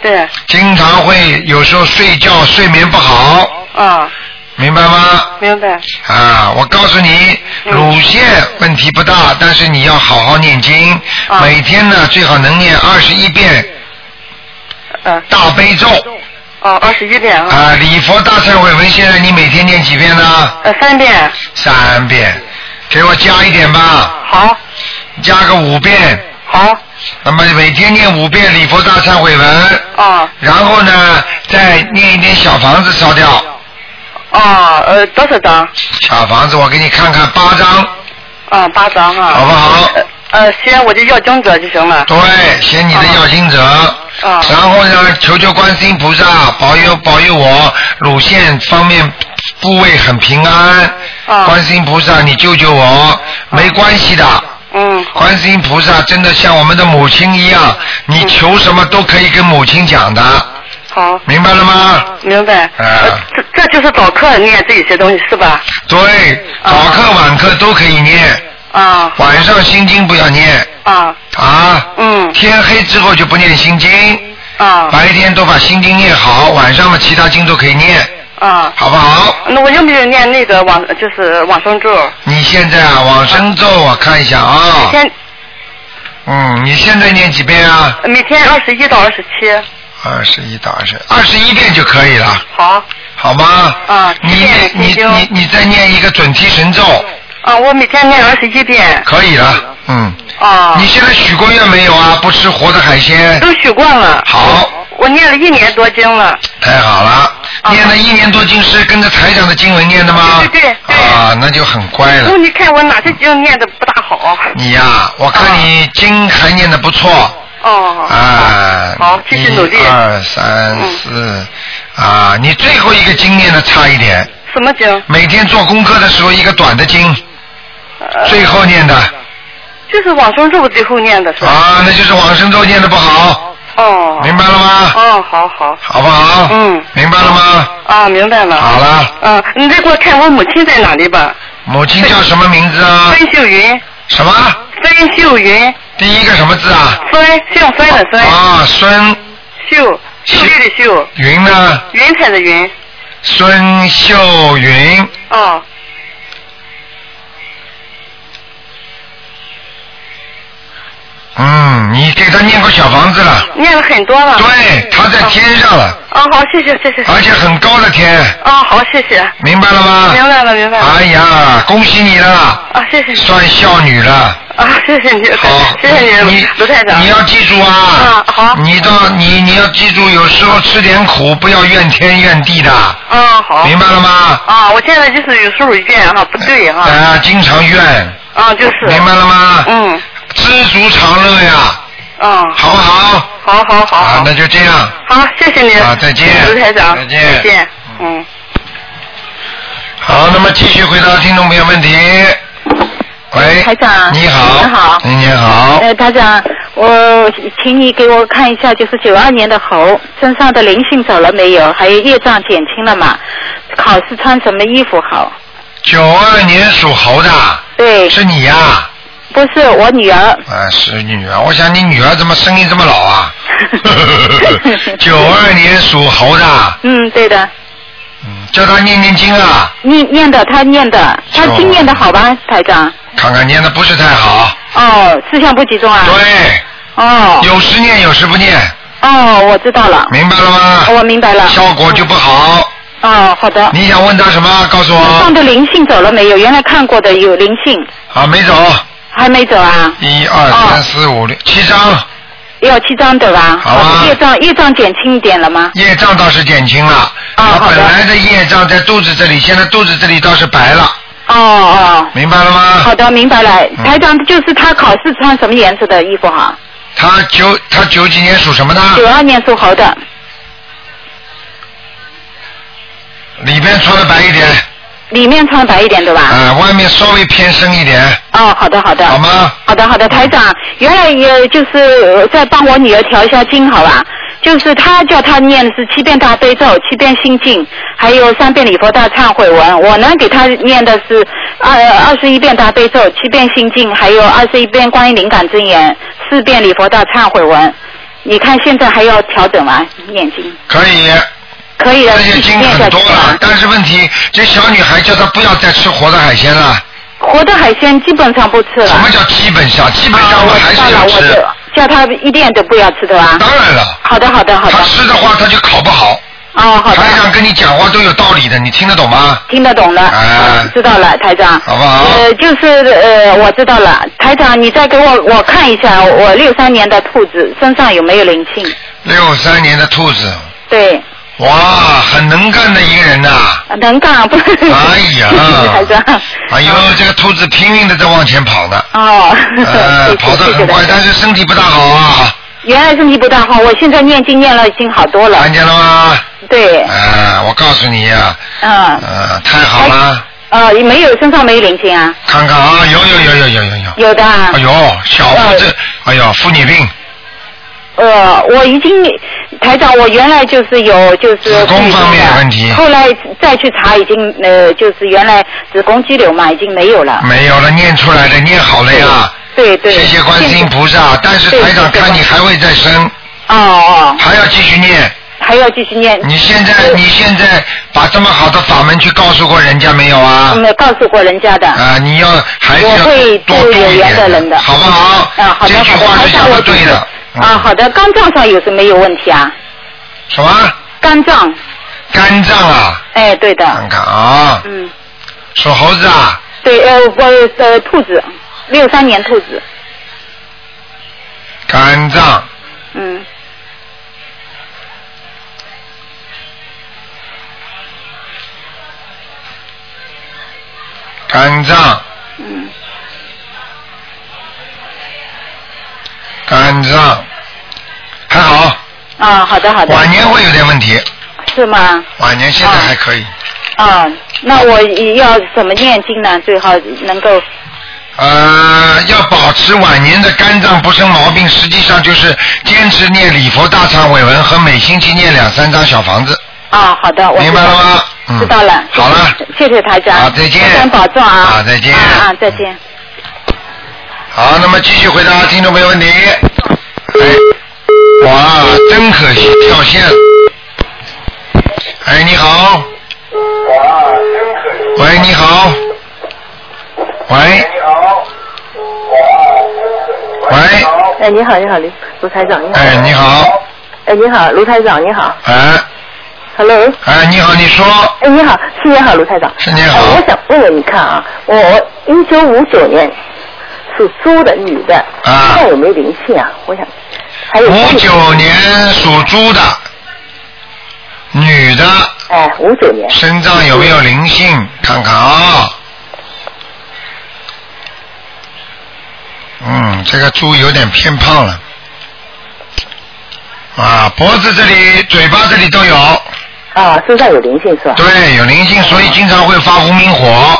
[SPEAKER 6] 对
[SPEAKER 1] 经常会有时候睡觉睡眠不好，
[SPEAKER 6] 啊
[SPEAKER 1] 明白吗？
[SPEAKER 6] 明白
[SPEAKER 1] 啊，我告诉你，
[SPEAKER 6] 嗯
[SPEAKER 1] 乳腺问题不大，但是你要好好念经，
[SPEAKER 6] 啊
[SPEAKER 1] 每天呢最好能念二十一遍
[SPEAKER 6] 嗯。
[SPEAKER 1] 大悲咒
[SPEAKER 6] 哦，二十一遍啊，
[SPEAKER 1] 啊，礼佛大忏悔文。现在你每天念几遍呢？
[SPEAKER 6] 呃，三遍，
[SPEAKER 1] 三遍，给我加一点吧，
[SPEAKER 6] 好，
[SPEAKER 1] 加个五遍，
[SPEAKER 6] 好，
[SPEAKER 1] 那么每天念五遍礼佛大忏悔文，
[SPEAKER 6] 啊
[SPEAKER 1] 然后呢再念一点小房子烧掉。
[SPEAKER 6] 啊，呃，多少张？
[SPEAKER 1] 小房子我给你看看八张，
[SPEAKER 6] 啊，八张啊。
[SPEAKER 1] 好不好
[SPEAKER 6] 呃呃，先我就要经者就行了。
[SPEAKER 1] 对，写你的要经者。
[SPEAKER 6] 啊
[SPEAKER 1] 然后呢，求求观世音菩萨保佑保佑我乳腺方面部位很平安。
[SPEAKER 6] 啊
[SPEAKER 1] 观世音菩萨，你救救我！没关系的，
[SPEAKER 6] 嗯，
[SPEAKER 1] 观世音菩萨真的像我们的母亲一样，你求什么都可以跟母亲讲的，
[SPEAKER 6] 好，
[SPEAKER 1] 明白了吗？啊
[SPEAKER 6] 明白。呃这这就是早课念这些东西是吧？
[SPEAKER 1] 对，
[SPEAKER 6] 啊
[SPEAKER 1] 早课晚课都可以念，
[SPEAKER 6] 啊
[SPEAKER 1] 晚上心经不要念
[SPEAKER 6] 啊，
[SPEAKER 1] 啊。
[SPEAKER 6] 嗯
[SPEAKER 1] 天黑之后就不念心经，
[SPEAKER 6] 啊
[SPEAKER 1] 白天都把心经念好，晚上嘛其他经都可以念，
[SPEAKER 6] 啊。
[SPEAKER 1] 好不好？
[SPEAKER 6] 那我用不用念那个往就是往生咒？
[SPEAKER 1] 你现在啊，往生咒我看一下啊，
[SPEAKER 6] 先
[SPEAKER 1] 嗯，你现在念几遍啊？
[SPEAKER 6] 每天二十一到二十七。
[SPEAKER 1] 二十一到二十，二十一遍就可以了，
[SPEAKER 6] 好
[SPEAKER 1] 好吗？
[SPEAKER 6] 啊
[SPEAKER 1] 你
[SPEAKER 6] 七遍
[SPEAKER 1] 念你
[SPEAKER 6] 心经
[SPEAKER 1] 你你再念一个准提神咒，
[SPEAKER 6] 啊，我每天念二十一遍。
[SPEAKER 1] 可以了，嗯。
[SPEAKER 6] 啊，
[SPEAKER 1] 你现在许过愿没有啊？不吃活的海鲜。
[SPEAKER 6] 都许过了。
[SPEAKER 1] 好，
[SPEAKER 6] 我念了一年多经了。
[SPEAKER 1] 太好了！
[SPEAKER 6] 啊
[SPEAKER 1] 念了一年多经是跟着台长的经文念的吗？
[SPEAKER 6] 对对对对
[SPEAKER 1] 啊，那就很乖了
[SPEAKER 6] 哦，。你看我哪些经念的不大好？啊
[SPEAKER 1] 你呀、我看你经还念的不错
[SPEAKER 6] 哦。
[SPEAKER 1] 嗯啊。
[SPEAKER 6] 好，继续努力嗯
[SPEAKER 1] 一。二三四，啊，你最后一个经念的差一点，
[SPEAKER 6] 什么经？
[SPEAKER 1] 每天做功课的时候一个短的经，
[SPEAKER 6] 呃
[SPEAKER 1] 最后念的
[SPEAKER 6] 就是往生咒最后念的是吧？
[SPEAKER 1] 啊，那就是往生咒念的不好，
[SPEAKER 6] 哦。
[SPEAKER 1] 明白啊了吗？
[SPEAKER 6] 哦，好好。
[SPEAKER 1] 好不好？
[SPEAKER 6] 嗯
[SPEAKER 1] 明白了吗？
[SPEAKER 6] 啊，明白了。
[SPEAKER 1] 好。了，
[SPEAKER 6] 嗯，你再给我看我母亲在哪里吧？
[SPEAKER 1] 母亲叫什么名字啊？
[SPEAKER 6] 分秀云，
[SPEAKER 1] 什么？
[SPEAKER 6] 分秀云，
[SPEAKER 1] 第一个什么字啊？
[SPEAKER 6] 分姓分的分，
[SPEAKER 1] 啊，孙
[SPEAKER 6] 秀秀丽的秀，
[SPEAKER 1] 云呢？
[SPEAKER 6] 云彩的云。
[SPEAKER 1] 孙秀云，
[SPEAKER 6] 哦，
[SPEAKER 1] 嗯，你给他念过小房子了？
[SPEAKER 6] 念了很多了。
[SPEAKER 1] 对，他在天上了，
[SPEAKER 6] 啊，好，谢谢，谢谢。
[SPEAKER 1] 而且很高的天，
[SPEAKER 6] 啊，好，谢谢。
[SPEAKER 1] 明白了吗？
[SPEAKER 6] 明白了，明白了。
[SPEAKER 1] 哎呀，恭喜你了，
[SPEAKER 6] 啊，谢谢你。
[SPEAKER 1] 算孝女了。
[SPEAKER 6] 啊，谢谢你，
[SPEAKER 1] 好，
[SPEAKER 6] 谢谢
[SPEAKER 1] 你
[SPEAKER 6] 你，卢台长。
[SPEAKER 1] 你要记住啊
[SPEAKER 6] 啊，好
[SPEAKER 1] 你到你你要记住，有时候吃点苦，不要怨天怨地的，
[SPEAKER 6] 啊，好。
[SPEAKER 1] 明白了吗？
[SPEAKER 6] 啊，我现在就是有时候怨哈，不对哈。
[SPEAKER 1] 啊，经常怨，
[SPEAKER 6] 啊，嗯就是。
[SPEAKER 1] 明白了吗？
[SPEAKER 6] 嗯，
[SPEAKER 1] 知足常乐呀，
[SPEAKER 6] 啊，
[SPEAKER 1] 好不好？
[SPEAKER 6] 好好好
[SPEAKER 1] 啊
[SPEAKER 6] 好，
[SPEAKER 1] 那。就这样。
[SPEAKER 6] 好，谢谢您。
[SPEAKER 1] 啊再见
[SPEAKER 6] 卢台长。
[SPEAKER 1] 再见
[SPEAKER 6] 再见。嗯。
[SPEAKER 7] 嗯
[SPEAKER 1] 好，那么继续回答听众朋友问题。喂，
[SPEAKER 7] 台长
[SPEAKER 1] 你好，
[SPEAKER 7] 你好
[SPEAKER 1] 哎，你好，
[SPEAKER 7] 呃，台长，我请你给我看一下，就是九二年的猴身上的灵性走了没有？还有业障减轻了吗？考试穿什么衣服好？
[SPEAKER 1] 九二年属猴的，
[SPEAKER 7] 对，
[SPEAKER 1] 是你呀、啊？
[SPEAKER 7] 不是我女儿，
[SPEAKER 1] 是女儿。我想你女儿怎么声音这么 老啊？ 九二年属猴的，
[SPEAKER 7] 嗯，对的，
[SPEAKER 1] 嗯，叫她念念经啊，
[SPEAKER 7] 念念的，她念的，她
[SPEAKER 1] 九
[SPEAKER 7] 经念的好吧，台长？
[SPEAKER 1] 看看念的不是太好。
[SPEAKER 7] 哦，思想不集中啊？
[SPEAKER 1] 对，
[SPEAKER 7] 哦，
[SPEAKER 1] 有时念，有时不念，
[SPEAKER 7] 哦，我知道了，哦
[SPEAKER 1] 明白了吗？
[SPEAKER 7] 我明白了。
[SPEAKER 1] 效果就不好。
[SPEAKER 7] 哦，好的。
[SPEAKER 1] 你想问她什么？告诉
[SPEAKER 7] 身上
[SPEAKER 1] 我。
[SPEAKER 7] 的灵性走了没有？原来看过的有灵性，
[SPEAKER 1] 啊，没走。
[SPEAKER 7] 还没走啊？
[SPEAKER 1] 一二三四五六七张，
[SPEAKER 7] 也有七张对吧？
[SPEAKER 1] 好啊
[SPEAKER 7] 哦业障业障减轻一点了吗？
[SPEAKER 1] 业障倒是减轻了。他
[SPEAKER 7] 啊好的
[SPEAKER 1] 本来的业障在肚子这里，现在肚子这里倒是白了，
[SPEAKER 7] 哦哦，
[SPEAKER 1] 明白了吗
[SPEAKER 7] 好？的，明白了。
[SPEAKER 1] 嗯
[SPEAKER 7] 台长，就是他考试穿什么颜色的衣服哈？
[SPEAKER 1] 他九他九几年属什么
[SPEAKER 7] 九
[SPEAKER 1] 的？
[SPEAKER 7] 二年属猴的，
[SPEAKER 1] 里边穿的白一点，
[SPEAKER 7] 里面穿白一点对吧？
[SPEAKER 1] 啊，外面稍微偏深一点，
[SPEAKER 7] 哦，好的好的。
[SPEAKER 1] 好吗？
[SPEAKER 7] 好的好的，台长，原来也就是呃再帮我女儿调一下经好吧？就是她叫她念是七遍大悲咒，七遍心经，还有三遍礼佛大忏悔文。我呢给她念的是二二十一遍大悲咒，七遍心经，还有二十一遍观音灵感真言，四遍礼佛大忏悔文。你看现在还要调整吗？念经
[SPEAKER 1] 可以，
[SPEAKER 7] 可以的，
[SPEAKER 1] 这些
[SPEAKER 7] 继续
[SPEAKER 1] 经
[SPEAKER 7] 念
[SPEAKER 1] 很
[SPEAKER 7] 下
[SPEAKER 1] 多啊
[SPEAKER 7] 去
[SPEAKER 1] 了
[SPEAKER 7] 吧。，
[SPEAKER 1] 但是问题，这小女孩叫她不要再吃活的海鲜了。
[SPEAKER 7] 活的海鲜基本上不吃了。
[SPEAKER 1] 什么叫基本上？基本上
[SPEAKER 7] 啊
[SPEAKER 1] 我
[SPEAKER 7] 我
[SPEAKER 1] 还
[SPEAKER 7] 知
[SPEAKER 1] 是
[SPEAKER 7] 道了，
[SPEAKER 1] 要
[SPEAKER 7] 我
[SPEAKER 1] 吃
[SPEAKER 7] 就，叫她一点都不要吃的吧？啊
[SPEAKER 1] 当然了，
[SPEAKER 7] 好的好的好的。
[SPEAKER 1] 她吃的话她就烤不好。
[SPEAKER 6] 哦，好的，
[SPEAKER 1] 台长跟你讲话都有道理的，你听得懂吗？
[SPEAKER 6] 听得懂了，
[SPEAKER 1] 哎
[SPEAKER 6] 知道了，台长。
[SPEAKER 1] 好不好
[SPEAKER 6] 呃，就是呃，我知道了，台长，你再给我我看一下，我六三年的兔子身上有没有灵性？
[SPEAKER 1] 六三年的兔子，
[SPEAKER 6] 对，
[SPEAKER 1] 哇，很能干的一个人呐、
[SPEAKER 6] 能干不？
[SPEAKER 1] 哎
[SPEAKER 6] 台
[SPEAKER 1] 呀
[SPEAKER 6] 长。，
[SPEAKER 1] 哎呦，这个兔子拼命的在往前跑呢，
[SPEAKER 6] 哦，
[SPEAKER 1] 呃，
[SPEAKER 6] 嗯 谢谢
[SPEAKER 1] 跑得
[SPEAKER 6] 谢谢
[SPEAKER 1] 很快，
[SPEAKER 6] 台长
[SPEAKER 1] 但是身体不大好啊，
[SPEAKER 6] 原来身体不大好，我现在念经念了已经好多了
[SPEAKER 1] 看。见了吗？
[SPEAKER 6] 对，
[SPEAKER 1] 啊，我告诉你呀、
[SPEAKER 6] 嗯，
[SPEAKER 1] 呃，太好了，
[SPEAKER 6] 呃，没有身上没有灵性啊，
[SPEAKER 1] 看看啊，有有有有有有有，
[SPEAKER 6] 有的啊
[SPEAKER 1] 哎。呦，小妇子，哎呦，妇女病，
[SPEAKER 6] 呃，我已经台长，我原来就是有就是
[SPEAKER 1] 子宫方面有问题
[SPEAKER 6] 后来再去查，已经呃就是原来子宫肌瘤嘛，已经没有了。
[SPEAKER 1] 没有了，念出来的，念好了呀，
[SPEAKER 6] 对对。
[SPEAKER 1] 谢谢观世音菩萨，但是
[SPEAKER 6] 对
[SPEAKER 1] 台长
[SPEAKER 6] 对
[SPEAKER 1] 看你还会再生，
[SPEAKER 6] 哦哦，
[SPEAKER 1] 还要继续念。
[SPEAKER 6] 还要继续念。
[SPEAKER 1] 你现在你现在把这么好的法门去告诉过人家没有啊？
[SPEAKER 6] 没有告诉过人家的。
[SPEAKER 1] 啊，你要还是
[SPEAKER 6] 嗯我
[SPEAKER 1] 要
[SPEAKER 6] 会
[SPEAKER 1] 多
[SPEAKER 6] 度
[SPEAKER 1] 度
[SPEAKER 6] 有
[SPEAKER 1] 一
[SPEAKER 6] 缘的
[SPEAKER 1] 点
[SPEAKER 6] 人的，
[SPEAKER 1] 好不好？
[SPEAKER 6] 啊，好的
[SPEAKER 1] 这句
[SPEAKER 6] 好的，
[SPEAKER 1] 话
[SPEAKER 6] 台
[SPEAKER 1] 是
[SPEAKER 6] 长
[SPEAKER 1] 讲
[SPEAKER 6] 我
[SPEAKER 1] 的
[SPEAKER 6] 就
[SPEAKER 1] 对
[SPEAKER 6] 是
[SPEAKER 1] 的。嗯
[SPEAKER 6] 啊，好的，肝脏上有什么有问题啊？
[SPEAKER 1] 什么？
[SPEAKER 6] 肝脏，
[SPEAKER 1] 肝脏啊？
[SPEAKER 6] 哎，对的，
[SPEAKER 1] 看看啊，
[SPEAKER 6] 嗯，
[SPEAKER 1] 属猴子啊，
[SPEAKER 6] 对，呃，我呃，兔子，六三年兔子，
[SPEAKER 1] 肝脏，
[SPEAKER 6] 嗯，
[SPEAKER 1] 肝脏，
[SPEAKER 6] 嗯，
[SPEAKER 1] 肝脏，还好，
[SPEAKER 6] 啊，好的好的，
[SPEAKER 1] 晚年会有点问题，
[SPEAKER 6] 是吗？
[SPEAKER 1] 晚年现在还可以。
[SPEAKER 6] 啊，那我要怎么念经呢？最好能够，
[SPEAKER 1] 呃，要保持晚年的肝脏不生毛病，实际上就是坚持念礼佛大忏悔文和每星期念两三张小房子。
[SPEAKER 6] 啊，好的，我
[SPEAKER 1] 明白了吗嗯
[SPEAKER 6] 知道了，知道
[SPEAKER 1] 好了
[SPEAKER 6] 谢谢台长，
[SPEAKER 1] 好再见
[SPEAKER 6] 台长保重啊，
[SPEAKER 1] 好再见
[SPEAKER 6] 啊啊，再见。
[SPEAKER 1] 好，那么继续回答听众朋友问题。哎，哇，真可惜，掉线了。哎，你好。喂，你好。喂。喂。
[SPEAKER 3] 哎，你好，你好，卢卢台长，你好。
[SPEAKER 1] 哎，你好。
[SPEAKER 3] 哎，你好，卢台长，你好。
[SPEAKER 1] 哎，
[SPEAKER 3] Hello。
[SPEAKER 1] 哎，你好，你说。
[SPEAKER 3] 哎，你好，新年好，卢台长。
[SPEAKER 1] 新年
[SPEAKER 3] 哎
[SPEAKER 1] 好
[SPEAKER 3] 我想问问你看啊，我一九五九年属猪的女的，
[SPEAKER 1] 啊
[SPEAKER 3] 看有没有灵性啊？哎我想还有
[SPEAKER 1] 五九年属猪的，女的，
[SPEAKER 3] 哎，五 九年
[SPEAKER 1] 身上有没有灵性？看看啊。嗯，这个猪有点偏胖了。啊，脖子这里、嘴巴这里都有，
[SPEAKER 3] 啊，身上有灵性是吧？嗯
[SPEAKER 1] 对，有灵性，所以经常会发无名火，
[SPEAKER 3] 啊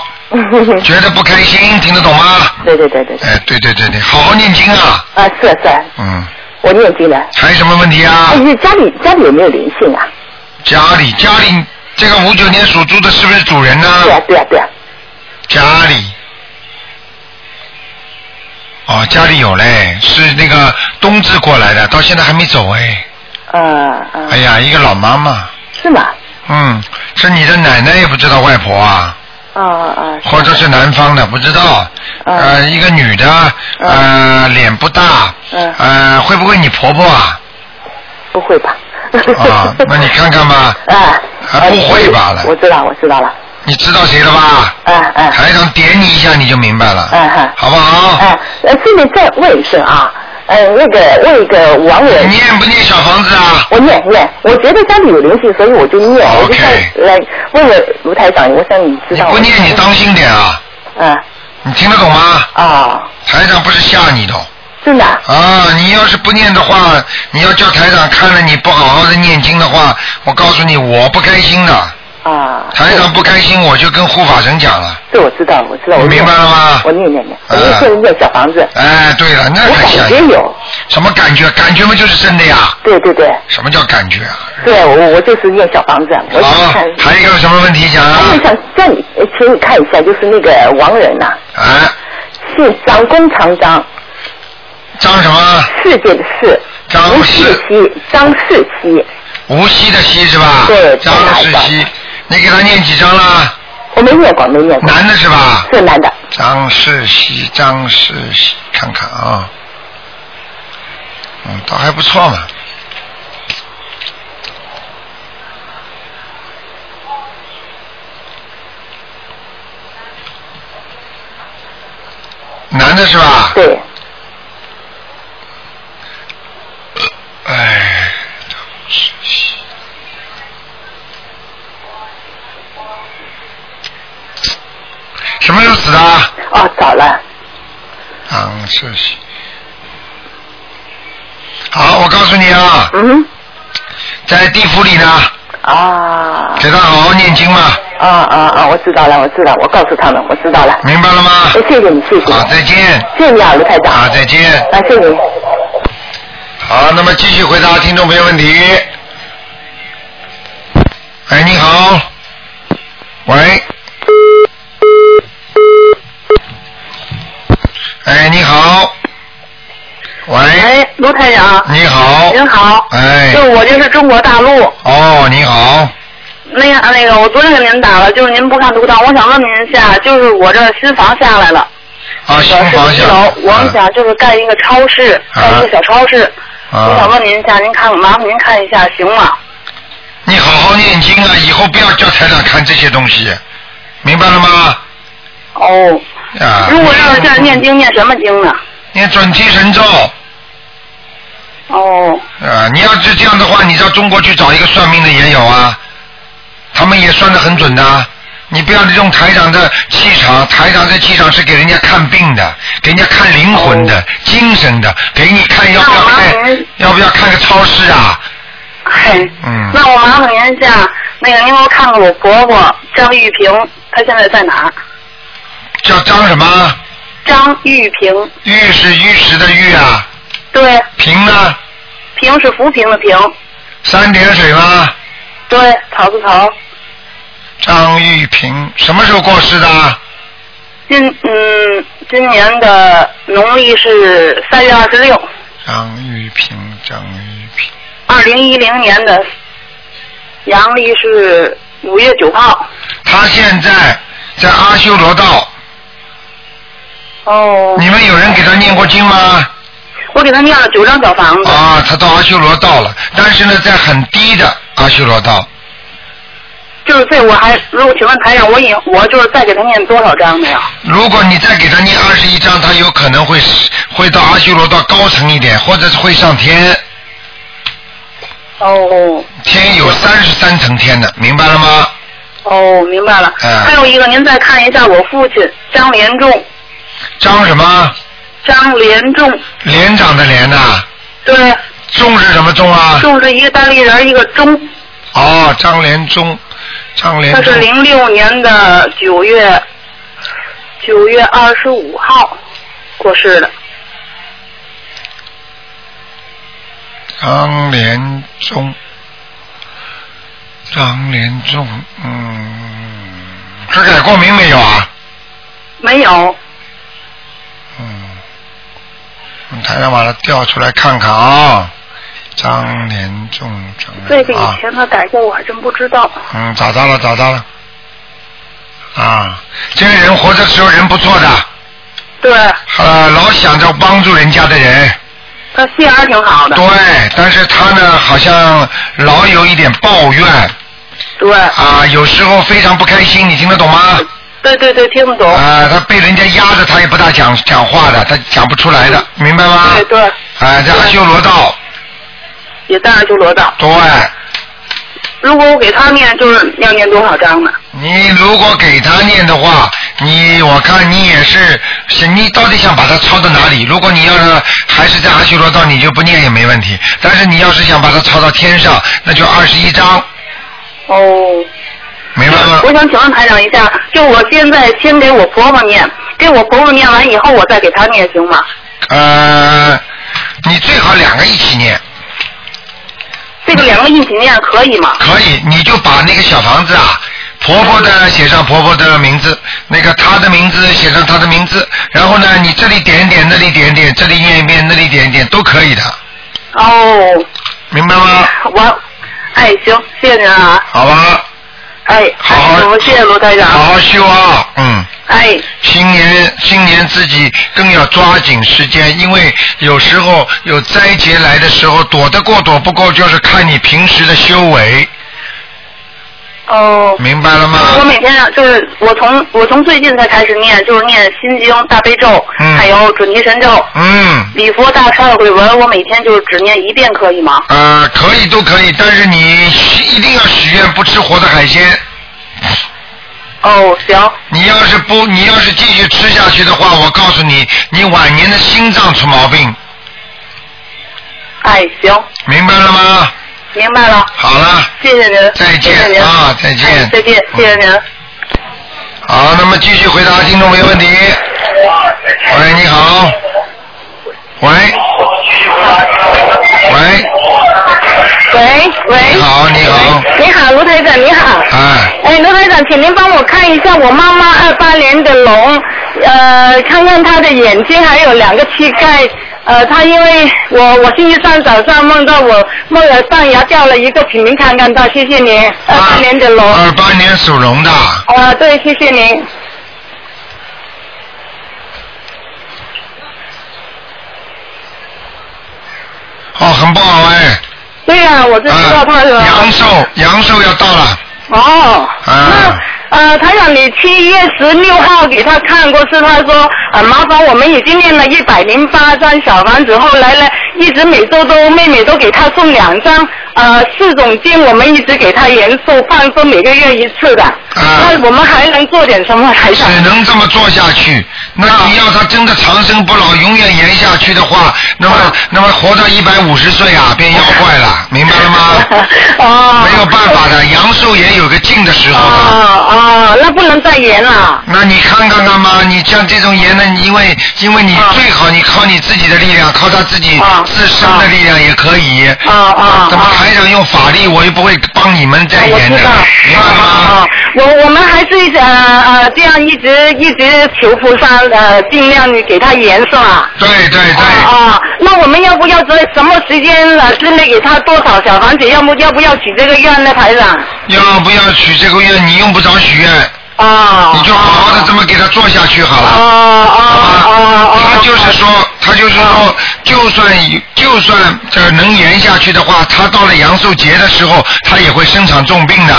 [SPEAKER 1] 觉得不开心，听得懂吗？
[SPEAKER 3] 对对对对对。
[SPEAKER 1] 哎，对对对对，好好念经啊。
[SPEAKER 3] 啊，是啊是啊，
[SPEAKER 1] 嗯，
[SPEAKER 3] 我念经了。
[SPEAKER 1] 还有什么问题啊
[SPEAKER 3] 哎，？你家里家里有没有灵性啊？
[SPEAKER 1] 家里家里这个五九年属猪的是不是主人呢？
[SPEAKER 3] 对啊对啊对啊。
[SPEAKER 1] 家里。哦，家里有嘞，是那个冬至过来的，到现在还没走哎。
[SPEAKER 3] 啊啊
[SPEAKER 1] 哎。呀，一个老妈妈，
[SPEAKER 3] 是吗？
[SPEAKER 1] 嗯，是你的奶奶也不知道外婆啊，
[SPEAKER 3] 啊啊。
[SPEAKER 1] 或者是南方的不知道，呃，一个女的，呃，脸不大，
[SPEAKER 3] 嗯
[SPEAKER 1] 呃，会不会你婆婆 啊？
[SPEAKER 3] 不会吧？
[SPEAKER 1] 啊那你看看吧
[SPEAKER 3] 啊，
[SPEAKER 1] 啊不会吧
[SPEAKER 3] 我知道，我知道了。
[SPEAKER 1] 你知道谁了吧？
[SPEAKER 3] 啊啊
[SPEAKER 1] 台长点你一下你就明白了，
[SPEAKER 3] 嗯嗯
[SPEAKER 1] 好不好？
[SPEAKER 3] 啊！呃，顺便再问一声啊，呃，那个问一个网友，
[SPEAKER 1] 你念不念小房子啊？
[SPEAKER 3] 我念念，我觉得家里有灵性，所以我就念，我就
[SPEAKER 1] OK
[SPEAKER 3] 想来问问卢台长，我想你知
[SPEAKER 1] 你
[SPEAKER 3] 道。
[SPEAKER 1] 不念你当心点啊！
[SPEAKER 3] 啊
[SPEAKER 1] 你听得懂吗？
[SPEAKER 3] 啊，
[SPEAKER 1] 台长不是吓你的哦
[SPEAKER 3] 真的啊
[SPEAKER 1] 啊！你要是不念的话，你要叫台长看了你不好好的念经的话，我告诉你，我不开心的。
[SPEAKER 3] 啊，
[SPEAKER 1] 台长不开心，我就跟护法神讲了。
[SPEAKER 3] 这我知道，我知道，我
[SPEAKER 1] 你明
[SPEAKER 3] 念
[SPEAKER 1] 白了吗
[SPEAKER 3] 我念念念，
[SPEAKER 1] 嗯
[SPEAKER 3] 我念念念小房子，
[SPEAKER 1] 哎，对了，那
[SPEAKER 3] 我
[SPEAKER 1] 才吓
[SPEAKER 3] 感觉
[SPEAKER 1] 你！
[SPEAKER 3] 有，
[SPEAKER 1] 什么感觉？感觉嘛就是真的呀？
[SPEAKER 3] 对对对
[SPEAKER 1] 什么叫感觉啊？
[SPEAKER 3] 对，我我就是念小房子，我想
[SPEAKER 1] 好
[SPEAKER 3] 看。，
[SPEAKER 1] 还有一个什么问题讲啊
[SPEAKER 3] 我？想叫你，呃请你看一下，就是那个王仁呐、
[SPEAKER 1] 哎，
[SPEAKER 3] 姓张，弓长张，
[SPEAKER 1] 张什么？
[SPEAKER 3] 世界的世，
[SPEAKER 1] 张
[SPEAKER 3] 吴
[SPEAKER 1] 世
[SPEAKER 3] 世熙，张世熙，
[SPEAKER 1] 无锡的锡是吧？
[SPEAKER 3] 对
[SPEAKER 1] 张世熙，你给他念几张了？
[SPEAKER 3] 我没念过，没念过，
[SPEAKER 1] 男的是吧？
[SPEAKER 3] 是男的，
[SPEAKER 1] 张世熙，张世熙，看看啊，嗯，倒还不错嘛。的是吧？
[SPEAKER 8] 对，
[SPEAKER 1] 哎，什么时候死的？啊
[SPEAKER 8] 哦，早了，
[SPEAKER 1] 唐世喜。好，我告诉你啊，
[SPEAKER 8] 嗯，
[SPEAKER 1] 在地府里呢，
[SPEAKER 8] 啊，
[SPEAKER 1] 给他好好念经嘛，
[SPEAKER 8] 啊啊啊，我知道了，我知道，我告诉他们，我知道了，
[SPEAKER 1] 明白了吗
[SPEAKER 8] 哎？，谢谢你，谢谢你，
[SPEAKER 1] 好，再见。
[SPEAKER 8] 谢谢你啊，卢台长，
[SPEAKER 1] 啊，再见。
[SPEAKER 8] 啊，谢谢你。
[SPEAKER 1] 好，那么继续回答听众朋友问题。哎，你好，喂，哎，你好，喂，
[SPEAKER 6] 哎，卢台长，
[SPEAKER 1] 你好，
[SPEAKER 6] 您好，
[SPEAKER 1] 哎
[SPEAKER 6] 就，是我就是中国大陆
[SPEAKER 1] 哦，你好，
[SPEAKER 6] 那个那个，我昨天给您打了，就是您不看图腾，我想问您一下，就是我这新房下来了，
[SPEAKER 1] 啊，新
[SPEAKER 6] 我
[SPEAKER 1] 房
[SPEAKER 6] 是一
[SPEAKER 1] 想
[SPEAKER 6] 楼，，我们
[SPEAKER 1] 啊
[SPEAKER 6] 想就是盖一个超市，
[SPEAKER 1] 啊
[SPEAKER 6] 盖一个小超市，我想
[SPEAKER 1] 啊，
[SPEAKER 6] 问您一下，您看麻烦您看一下行吗？
[SPEAKER 1] 你好好念经啊，以后不要叫台长看这些东西，明白了吗？
[SPEAKER 6] 哦，
[SPEAKER 1] 啊，
[SPEAKER 6] 如果要是这样念经，念什么经呢？
[SPEAKER 1] 念准提神咒。
[SPEAKER 6] 哦，
[SPEAKER 1] 啊，你要是这样的话，你到中国去找一个算命的也有啊，他们也算得很准的啊。你不要用台长的气场，台长的气场是给人家看病的，给人家看灵魂的、精神的，给你看要不要
[SPEAKER 6] 哦那我
[SPEAKER 1] 看
[SPEAKER 6] 麻烦，
[SPEAKER 1] 要不要看个超市啊？
[SPEAKER 6] 嘿，
[SPEAKER 1] 嗯
[SPEAKER 6] 那我麻烦您一下，那个您给我看看我伯伯张玉平，他现在在哪儿？
[SPEAKER 1] 叫张什么？
[SPEAKER 6] 张玉平，
[SPEAKER 1] 玉是玉石的玉啊，
[SPEAKER 6] 对，
[SPEAKER 1] 平呢？
[SPEAKER 6] 平是浮萍的萍，
[SPEAKER 1] 三点水吗？
[SPEAKER 6] 对，草字头。
[SPEAKER 1] 张玉平什么时候过世的啊？
[SPEAKER 6] 今嗯，今年的农历是三月二十六，
[SPEAKER 1] 张玉平，张玉平，
[SPEAKER 6] 二零一零年的阳历是五月九号。
[SPEAKER 1] 他现在在阿修罗道。
[SPEAKER 6] 哦
[SPEAKER 1] 你们有人给他念过经吗？
[SPEAKER 6] 我给他念了九张小房子。
[SPEAKER 1] 啊，他到阿修罗道了，但是呢，在很低的阿修罗道，
[SPEAKER 6] 就是这，我还如果请问台长，我以我就是再给他念多少张呢？呀？
[SPEAKER 1] 如果你再给他念二十一章，他有可能会会到阿修罗道高层一点，或者是会上天，
[SPEAKER 6] 哦
[SPEAKER 1] 天有三十三层天的，明白了吗？
[SPEAKER 6] 哦，明白了。
[SPEAKER 1] 嗯
[SPEAKER 6] 还有一个，您再看一下我父亲张连仲，
[SPEAKER 1] 张什么？
[SPEAKER 6] 张连仲，
[SPEAKER 1] 连长的连呐、
[SPEAKER 6] 对，
[SPEAKER 1] 钟是什么钟啊？
[SPEAKER 6] 仲是一个单立人，一个钟，
[SPEAKER 1] 哦，张连钟，张连
[SPEAKER 6] 他
[SPEAKER 1] 钟
[SPEAKER 6] 是。零六年的九月九月二十五号过世的。
[SPEAKER 1] 张连忠，张连忠，嗯，他改过名没有啊？
[SPEAKER 6] 没有，
[SPEAKER 1] 嗯，我们台上把它调出来看看啊。张连忠，张
[SPEAKER 6] 这个
[SPEAKER 1] 连
[SPEAKER 6] 以
[SPEAKER 1] 啊，
[SPEAKER 6] 前他改过，我还真不知道。
[SPEAKER 1] 嗯，找到了，找到了。啊，这个人活着时候人不错的，
[SPEAKER 6] 对
[SPEAKER 1] 呃，老想着帮助人家的人，
[SPEAKER 6] 他心眼儿挺好的
[SPEAKER 1] 对，，但是他呢，好像老有一点抱怨
[SPEAKER 6] 对
[SPEAKER 1] 啊，
[SPEAKER 6] 嗯
[SPEAKER 1] 有时候非常不开心，你听得懂吗？
[SPEAKER 6] 对对对，听得懂。
[SPEAKER 1] 啊、他被人家压着，他也不大讲讲话的，他讲不出来的，明白吗？
[SPEAKER 6] 嗯对对，
[SPEAKER 1] 啊、在阿修罗道，
[SPEAKER 6] 也在二修罗道。
[SPEAKER 1] 对，
[SPEAKER 6] 如果我给他念，就是要念多少章呢？
[SPEAKER 1] 你如果给他念的话，你我看你也是，是你到底想把他抄到哪里？如果你要是还是在阿修罗道，你就不念也没问题。但是你要是想把他抄到天上，那就二十一章，
[SPEAKER 6] 哦，
[SPEAKER 1] 明白吗
[SPEAKER 6] 我？想请问台长一下，就我现在先给我婆婆念，给我婆婆念完以后，我再给她念行吗？
[SPEAKER 1] 呃，你最好两个一起念，
[SPEAKER 6] 这个两个一起念可以吗？
[SPEAKER 1] 可以，你就把那个小房子啊，婆婆的写上婆婆的名字，那个她的名字写上她的名字，然后呢，你这里点一点，那里点一点，这里念一遍，那里点一点，都可以的，
[SPEAKER 6] 哦，
[SPEAKER 1] 明白吗？
[SPEAKER 6] 我，哎，行，谢谢您啊，
[SPEAKER 1] 好吧，
[SPEAKER 6] 哎，
[SPEAKER 1] 好
[SPEAKER 6] 哎我谢谢卢台
[SPEAKER 1] 好
[SPEAKER 6] 长，
[SPEAKER 1] 好修啊，嗯。
[SPEAKER 6] 哎，
[SPEAKER 1] 新年，新年自己更要抓紧时间，因为有时候有灾劫来的时候，躲得过躲不过，就是看你平时的修为。
[SPEAKER 6] 哦。
[SPEAKER 1] 明白了吗？
[SPEAKER 6] 我每天啊就是我从我从最近才开始念，就是念心经、大悲咒，
[SPEAKER 1] 嗯
[SPEAKER 6] 还有准提神咒、
[SPEAKER 1] 嗯，
[SPEAKER 6] 礼佛大忏悔文，我每天就是只念一遍，可以吗？
[SPEAKER 1] 呃，可以都可以，但是你许一定要许愿不吃活的海鲜。
[SPEAKER 6] 哦，行，
[SPEAKER 1] 你要是不，你要是继续吃下去的话，我告诉你，你晚年的心脏出毛病，
[SPEAKER 6] 哎，行，
[SPEAKER 1] 明白了吗？
[SPEAKER 6] 明白了，
[SPEAKER 1] 好了，
[SPEAKER 6] 谢谢您，
[SPEAKER 1] 再见
[SPEAKER 6] 谢谢您
[SPEAKER 1] 啊再见
[SPEAKER 6] 哎再见，谢谢您。
[SPEAKER 1] 好，那么继续回答听众朋友问题。喂，你好。喂。喂，
[SPEAKER 3] 喂喂
[SPEAKER 1] 你，好，你好，
[SPEAKER 3] 你好，卢台长，你好。
[SPEAKER 1] 哎，
[SPEAKER 3] 哎，卢台长，请您帮我看一下我妈妈二八年的龙，呃，看看她的眼睛还有两个膝盖。呃，她因为我我星期三早上梦到我梦了上牙掉了一个，请您看看她，谢谢您。二八年的龙，
[SPEAKER 1] 二八年属龙的，哦
[SPEAKER 3] 呃，对，谢谢您。
[SPEAKER 1] 哦，很不好哎，
[SPEAKER 3] 对呀、我就知道她了。
[SPEAKER 1] 啊，阳寿，阳寿要到了，
[SPEAKER 3] 哦，
[SPEAKER 1] 啊
[SPEAKER 3] 那呃，台长，你七月十六号给他看过是，他说呃，麻烦我们已经念了一百零八张小房子，后来呢，一直每周都妹妹都给他送两张，呃，四种经我们一直给他延寿放生，每个月一次的。
[SPEAKER 1] 啊
[SPEAKER 3] 那我们还能做点什么，台长？
[SPEAKER 1] 只能这么做下去。
[SPEAKER 3] 啊
[SPEAKER 1] 那你要他真的长生不老，永远延下去的话，那
[SPEAKER 3] 啊
[SPEAKER 1] 么那么活到一百五十岁啊，变妖怪了，明白 了吗？
[SPEAKER 3] 哦，
[SPEAKER 1] 没有办法的，阳寿也有个尽的
[SPEAKER 9] 啊
[SPEAKER 1] 时候的。
[SPEAKER 3] 哦哦，那不能再延了。
[SPEAKER 1] 那你看看看嘛，你像这种炎呢，因为因为你
[SPEAKER 3] 啊
[SPEAKER 1] 最好你靠你自己的力量，靠他自己
[SPEAKER 3] 啊
[SPEAKER 1] 自身的力量也可以。
[SPEAKER 3] 哦哦
[SPEAKER 1] 怎么台长用法力，我又不会帮你们代
[SPEAKER 3] 啊哎我
[SPEAKER 1] 言
[SPEAKER 3] 知
[SPEAKER 1] 的，
[SPEAKER 3] 道，
[SPEAKER 1] 明白吗？
[SPEAKER 3] 啊，我我们还是呃呃这样一直一直求菩萨呃尽量给他延寿啊。
[SPEAKER 1] 对对对，
[SPEAKER 3] 啊，那我们要不要在什么时间呃之内给他多少小房子？要不要不要许这个愿呢，台长？
[SPEAKER 1] 要不要许这个愿？你用不着许愿，
[SPEAKER 3] 啊，
[SPEAKER 1] 你就好好的这么给他做下去好
[SPEAKER 3] 哦
[SPEAKER 1] 了。
[SPEAKER 3] 哦
[SPEAKER 1] 好
[SPEAKER 3] 哦
[SPEAKER 1] 吧
[SPEAKER 3] 哦，
[SPEAKER 1] 他就是说，他就是说，就算有就算这能延下去的话，他到了阳寿节的时候，他也会生场重病的。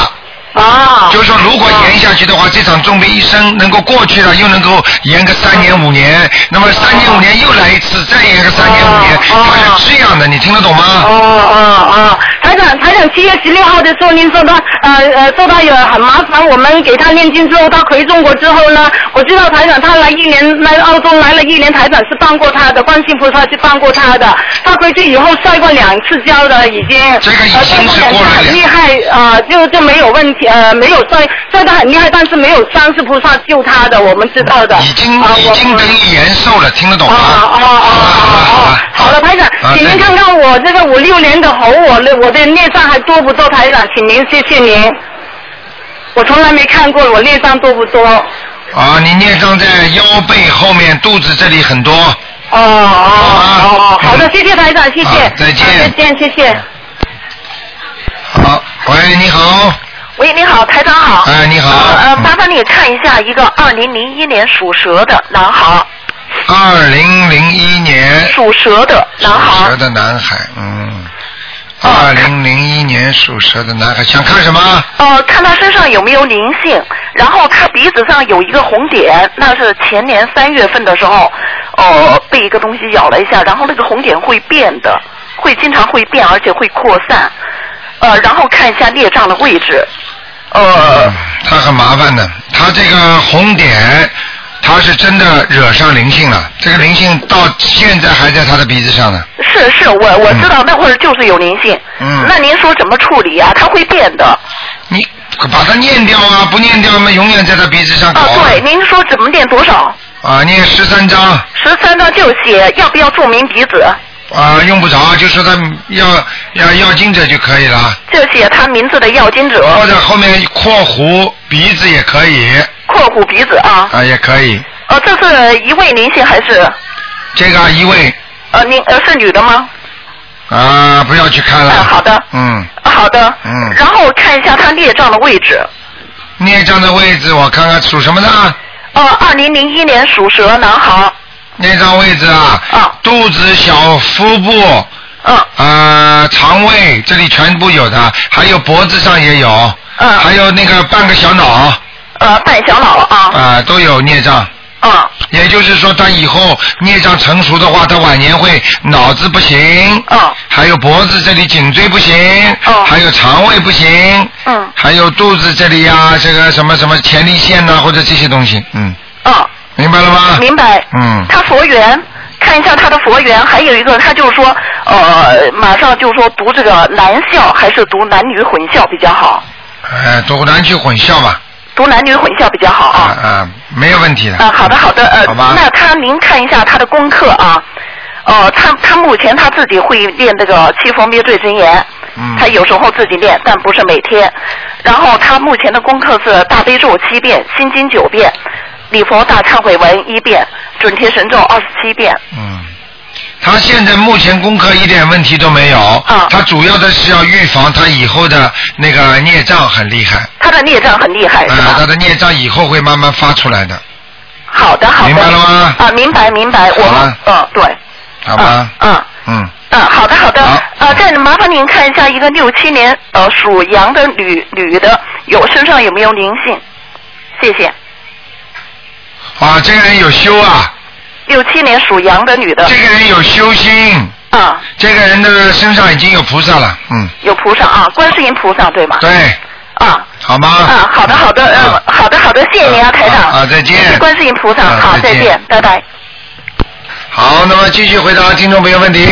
[SPEAKER 3] 啊，
[SPEAKER 1] 就是说，如果延下去的话，这场重病一生能够过去了，又能够延个三年五年，那么三年五年又来一次，再延个三年五年，
[SPEAKER 3] 哦
[SPEAKER 1] 它是这样的，你听得懂
[SPEAKER 3] 哦
[SPEAKER 1] 吗？
[SPEAKER 3] 哦哦，台长，台长，七月十六号的时候，您说他呃呃，说他有很麻烦，我们给他念经之后，他回中国之后呢，我知道台长他来一年来澳洲来了一年，台长是帮过他的，观世音菩萨是帮过他的，他回去以后摔过两次跤的，已经
[SPEAKER 1] 这个已
[SPEAKER 3] 呃
[SPEAKER 1] 经
[SPEAKER 3] 摔过
[SPEAKER 1] 是
[SPEAKER 3] 两
[SPEAKER 1] 过
[SPEAKER 3] 次
[SPEAKER 1] 了
[SPEAKER 3] 很
[SPEAKER 1] 两
[SPEAKER 3] 厉害啊、呃就就没有问题呃没有摔摔得很厉害，但是没有伤是菩萨救他的，我们知道的。
[SPEAKER 1] 已经
[SPEAKER 3] 啊
[SPEAKER 1] 已
[SPEAKER 3] 我
[SPEAKER 1] 经等于延寿了，听得懂
[SPEAKER 3] 哦
[SPEAKER 1] 吗？
[SPEAKER 3] 哦哦哦哦！好了，台长，请您看看我这个五六年的猴，我的我的孽障还多不多？台长，请您谢谢您。我从来没看过我孽障多不多。哦
[SPEAKER 1] 啊，你孽障在腰背后面、肚子这里很多。
[SPEAKER 3] 哦哦哦！好的，谢谢台长，谢谢。再见，嗯谢谢。
[SPEAKER 1] 好，喂，你好，
[SPEAKER 10] 喂，你好，台长好。
[SPEAKER 1] 哎，你
[SPEAKER 3] 啊
[SPEAKER 1] 好，
[SPEAKER 10] 呃，麻烦你看一下一个二零零一年属蛇的男孩，
[SPEAKER 1] 二零零一年
[SPEAKER 10] 属蛇的男
[SPEAKER 1] 属
[SPEAKER 10] 孩
[SPEAKER 1] 蛇，的男孩，嗯，二零零一年属蛇的男孩想看什么？
[SPEAKER 10] 呃，看他身上有没有灵性，然后他鼻子上有一个红点，那是前年三月份的时候，呃，被一个东西咬了一下，然后那个红点会变的，会经常会变，而且会扩散，呃，然后看一下裂障的位置，呃
[SPEAKER 1] 嗯，，他很麻烦的，他这个红点，他是真的惹上灵性了，这个灵性到现在还在他的鼻子上呢。
[SPEAKER 10] 是是，我我知道那会儿就是有灵性，
[SPEAKER 1] 嗯
[SPEAKER 10] 那您说怎么处理啊？它会变的。
[SPEAKER 1] 你把它念掉啊，不念掉嘛，永远在他鼻子上搞
[SPEAKER 10] 啊，
[SPEAKER 1] 啊。
[SPEAKER 10] 对，您说怎么念多少？
[SPEAKER 1] 啊，念十三章
[SPEAKER 10] 十三张就写，要不要注明鼻子？
[SPEAKER 1] 啊，用不着，就说他要要要经者就可以了，
[SPEAKER 10] 就写他名字的要经者，
[SPEAKER 1] 或者后面括弧鼻子也可以
[SPEAKER 10] 括弧鼻子啊。
[SPEAKER 1] 啊，也可以。
[SPEAKER 3] 哦
[SPEAKER 10] 呃，这是一位灵性还是
[SPEAKER 1] 这个啊一位
[SPEAKER 10] 呃您呃是女的吗？
[SPEAKER 1] 啊，不要去看了。
[SPEAKER 10] 啊好的
[SPEAKER 1] 嗯，
[SPEAKER 10] 好的。
[SPEAKER 1] 嗯
[SPEAKER 10] 然后看一下他列障的位置。
[SPEAKER 1] 孽障的位置我看看属什么的。
[SPEAKER 3] 哦
[SPEAKER 10] 呃，二零零一年属蛇男孩。
[SPEAKER 1] 那张位置啊，
[SPEAKER 10] 啊
[SPEAKER 1] 肚子小腹部嗯。呃，肠胃这里全部有的，还有脖子上也有。嗯。还有那个半个小脑。
[SPEAKER 3] 呃，半小脑啊。
[SPEAKER 1] 啊、都有孽障。
[SPEAKER 3] 啊。
[SPEAKER 1] 也就是说，他以后孽障成熟的话，他晚年会脑子不行。
[SPEAKER 3] 啊。
[SPEAKER 1] 还有脖子这里颈椎不行。
[SPEAKER 3] 哦
[SPEAKER 1] 还有肠胃不行。
[SPEAKER 3] 嗯。
[SPEAKER 1] 还有肚子这里呀、这个什么什么前列腺呐、或者这些东西，嗯，
[SPEAKER 3] 啊，
[SPEAKER 1] 明白了吗？
[SPEAKER 3] 明白。
[SPEAKER 1] 嗯。
[SPEAKER 3] 他佛缘，看一下他的佛缘，还有一个他就是说，呃，马上就说读这个男校还是读男女混校比较好？
[SPEAKER 1] 呃，多难去混淆吧，
[SPEAKER 3] 读男女混校比较好
[SPEAKER 1] 啊
[SPEAKER 3] 啊。
[SPEAKER 1] 啊，没有问题的。
[SPEAKER 3] 啊，好的好的，呃
[SPEAKER 1] 好吧，
[SPEAKER 3] 那他您看一下他的功课啊，哦、他他目前他自己会练那个七佛灭罪真言，
[SPEAKER 1] 嗯
[SPEAKER 3] 他有时候自己练，但不是每天。然后他目前的功课是大悲咒七遍，心经九遍，礼佛大忏悔文一遍，准提神咒二十七遍。
[SPEAKER 1] 嗯，他现在目前功课一点问题都没有，
[SPEAKER 3] 哦
[SPEAKER 1] 他主要的是要预防他以后的那个孽障很厉害，
[SPEAKER 3] 他的孽障很厉害，
[SPEAKER 1] 啊、
[SPEAKER 3] 是吧？
[SPEAKER 1] 他的孽障以后会慢慢发出来的，
[SPEAKER 3] 好的好的。
[SPEAKER 1] 明白了吗？
[SPEAKER 3] 啊，明白明白，我
[SPEAKER 1] 好
[SPEAKER 3] 们
[SPEAKER 1] 了
[SPEAKER 3] 嗯对，
[SPEAKER 1] 好吧，
[SPEAKER 3] 嗯。
[SPEAKER 1] 嗯，
[SPEAKER 3] 嗯，好的好的，呃，再麻烦您看一下一个六七年呃属羊的女女的有身上有没有灵性，谢谢。
[SPEAKER 1] 啊，这个人有修啊，
[SPEAKER 3] 六七年属羊的女的，
[SPEAKER 1] 这个人有修心，
[SPEAKER 3] 啊、
[SPEAKER 1] 这个人的身上已经有菩萨了，嗯，
[SPEAKER 3] 有菩萨啊，观世音菩萨对吗？
[SPEAKER 1] 对，
[SPEAKER 3] 啊
[SPEAKER 1] 好吗？
[SPEAKER 3] 啊，好的好的，嗯，好的好的，谢谢您啊，台长。
[SPEAKER 1] 啊再见
[SPEAKER 3] 谢谢观世音菩萨，
[SPEAKER 1] 啊
[SPEAKER 3] 好，
[SPEAKER 1] 再
[SPEAKER 3] 再
[SPEAKER 1] 见
[SPEAKER 3] 见，拜拜。
[SPEAKER 1] 好，那么继续回答听众朋友问题。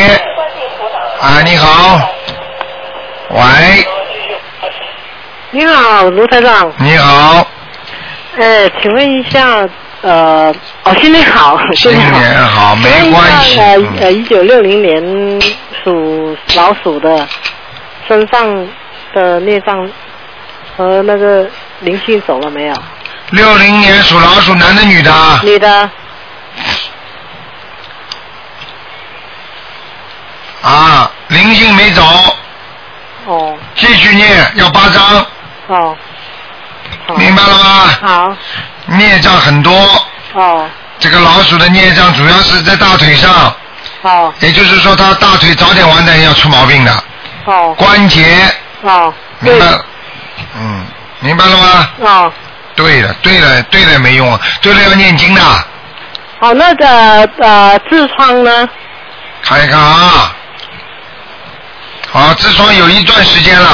[SPEAKER 1] 啊，你好，喂，
[SPEAKER 9] 你好，卢台长。
[SPEAKER 1] 你好，
[SPEAKER 9] 哎，请问一下，呃，哦，新年好，新
[SPEAKER 1] 新
[SPEAKER 9] 年好。
[SPEAKER 1] 年好，
[SPEAKER 9] 请问
[SPEAKER 1] 没
[SPEAKER 9] 一
[SPEAKER 1] 关系嗯
[SPEAKER 9] 下，呃呃，一九六零年属老鼠的身上的孽障和那个灵性走了没有？
[SPEAKER 1] 啊六零年属老鼠，男的女的？
[SPEAKER 9] 女的，
[SPEAKER 1] 啊，灵性没走，
[SPEAKER 9] 哦
[SPEAKER 1] 继续念，要八张，
[SPEAKER 9] 哦
[SPEAKER 1] 明白了吗？
[SPEAKER 9] 好
[SPEAKER 1] 孽障很多，
[SPEAKER 9] 哦
[SPEAKER 1] 这个老鼠的孽障主要是在大腿上，
[SPEAKER 9] 哦
[SPEAKER 1] 也就是说它大腿早点晚点要出毛病的，
[SPEAKER 9] 哦
[SPEAKER 1] 关节，
[SPEAKER 9] 哦，
[SPEAKER 1] 明
[SPEAKER 9] 对
[SPEAKER 1] 白？嗯，明白了吗？
[SPEAKER 9] 哦
[SPEAKER 1] 对了，对了，对了，没用啊，对了要念经的，
[SPEAKER 9] 哦，那个呃痔疮呢？
[SPEAKER 1] 看一看啊。好，痔疮有一段时间了，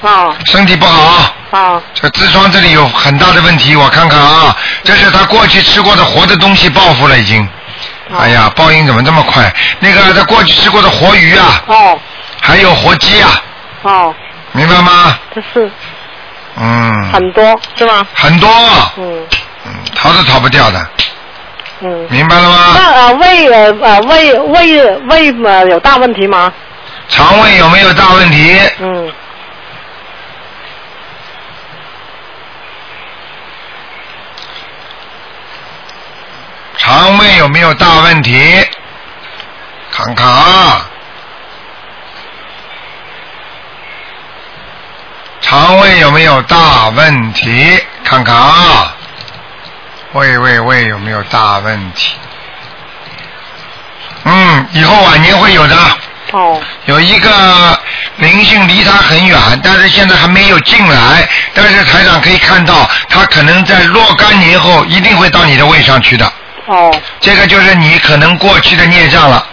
[SPEAKER 9] 哦
[SPEAKER 1] 身体不好，
[SPEAKER 9] 哦
[SPEAKER 1] 这痔疮这里有很大的问题，我看看啊，
[SPEAKER 9] 嗯
[SPEAKER 1] 这是他过去吃过的活的东西报复了已经。
[SPEAKER 9] 哦
[SPEAKER 1] 哎呀，报应怎么这么快？那个他过去吃过的活鱼啊，
[SPEAKER 9] 哦
[SPEAKER 1] 还有活鸡啊，
[SPEAKER 9] 哦，
[SPEAKER 1] 明白吗？
[SPEAKER 9] 这是
[SPEAKER 1] 嗯，
[SPEAKER 9] 很多是吗？
[SPEAKER 1] 很多，
[SPEAKER 9] 嗯
[SPEAKER 1] 嗯，逃都逃不掉的，
[SPEAKER 9] 嗯。
[SPEAKER 1] 明白了吗？
[SPEAKER 9] 那呃胃呃呃胃胃胃呃有大问题吗？
[SPEAKER 1] 肠胃有没有大问题？
[SPEAKER 9] 嗯
[SPEAKER 1] 肠胃有没有大问题？看看啊，肠胃有没有大问题？看看啊，胃胃胃有没有大问题？嗯，以后晚年会有的。
[SPEAKER 9] 哦
[SPEAKER 1] 有一个灵性离他很远，但是现在还没有进来，但是台长可以看到，他可能在若干年后一定会到你的胃上去的。
[SPEAKER 9] 哦
[SPEAKER 1] 这个就是你可能过去的孽障了，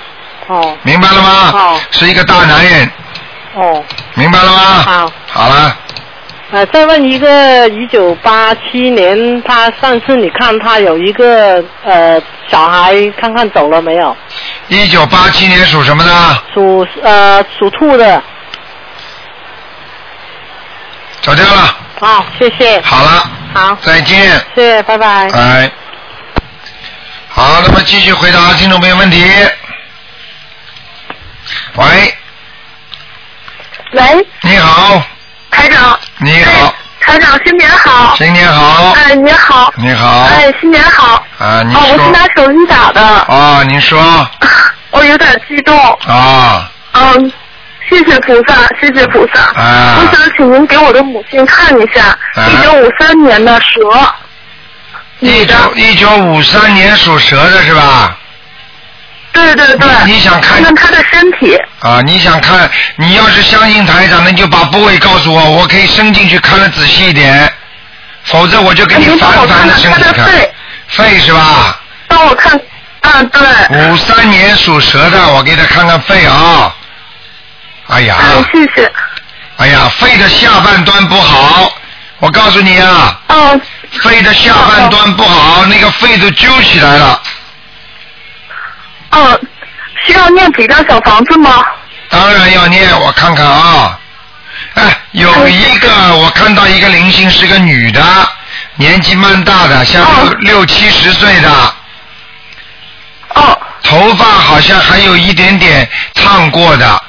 [SPEAKER 9] 哦
[SPEAKER 1] 明白了吗？
[SPEAKER 9] 好
[SPEAKER 1] 是一个大男人，
[SPEAKER 9] 哦
[SPEAKER 1] 明白了吗？
[SPEAKER 9] 好。
[SPEAKER 1] 好了，
[SPEAKER 9] 呃，再问一个，一九八七年，他上次你看他有一个呃小孩，看看走了没有？
[SPEAKER 1] 一九八七年属什么的？
[SPEAKER 9] 属呃属兔的，
[SPEAKER 1] 走掉了。
[SPEAKER 9] 好、啊谢谢，
[SPEAKER 1] 好了，
[SPEAKER 9] 好，
[SPEAKER 1] 再见。
[SPEAKER 9] 谢谢，拜拜。
[SPEAKER 1] 哎。好，那么继续回答听众朋友问题。喂，
[SPEAKER 8] 喂，
[SPEAKER 1] 你好，
[SPEAKER 8] 台长，
[SPEAKER 1] 你好，
[SPEAKER 8] 台长新年哎好，
[SPEAKER 1] 新年好，
[SPEAKER 8] 哎，你好，
[SPEAKER 1] 你好，
[SPEAKER 8] 哎，新年好，
[SPEAKER 1] 啊，您
[SPEAKER 8] 哦，我是拿
[SPEAKER 1] 说，
[SPEAKER 8] 手机打的，
[SPEAKER 1] 啊，您说，
[SPEAKER 8] 我有点激动，
[SPEAKER 1] 啊，
[SPEAKER 8] 嗯，谢谢菩萨，谢谢菩萨，
[SPEAKER 1] 啊
[SPEAKER 8] 我想请您给我的母亲看一下，
[SPEAKER 1] 啊
[SPEAKER 8] 一九五三年的蛇，
[SPEAKER 1] 一
[SPEAKER 8] 女的
[SPEAKER 1] 九一九五三年属蛇的是吧？对对对。你想看？看
[SPEAKER 4] 他的身体。
[SPEAKER 1] 啊，你想看？你要是相信台长，那你就把部位告诉我，我可以伸进去看的仔细一点，否则我就
[SPEAKER 8] 哎
[SPEAKER 1] 给你反反的伸进去看。肺是吧？
[SPEAKER 4] 帮我看，啊对。
[SPEAKER 1] 五三年属蛇的，我给他看看肺啊。哎呀。
[SPEAKER 4] 嗯谢谢。
[SPEAKER 1] 哎呀，肺的下半端不好，我告诉你啊。
[SPEAKER 4] 哦。
[SPEAKER 1] 肺的下半端不好，那个肺都揪起来了。
[SPEAKER 4] 哦，需要念几张小房子吗？
[SPEAKER 1] 当然要念，我看看啊。哎，有一个我看到一个灵性是个女的，年纪蛮大的，像六、六七十岁的。
[SPEAKER 4] 哦。
[SPEAKER 1] 头发好像还有一点点烫过的，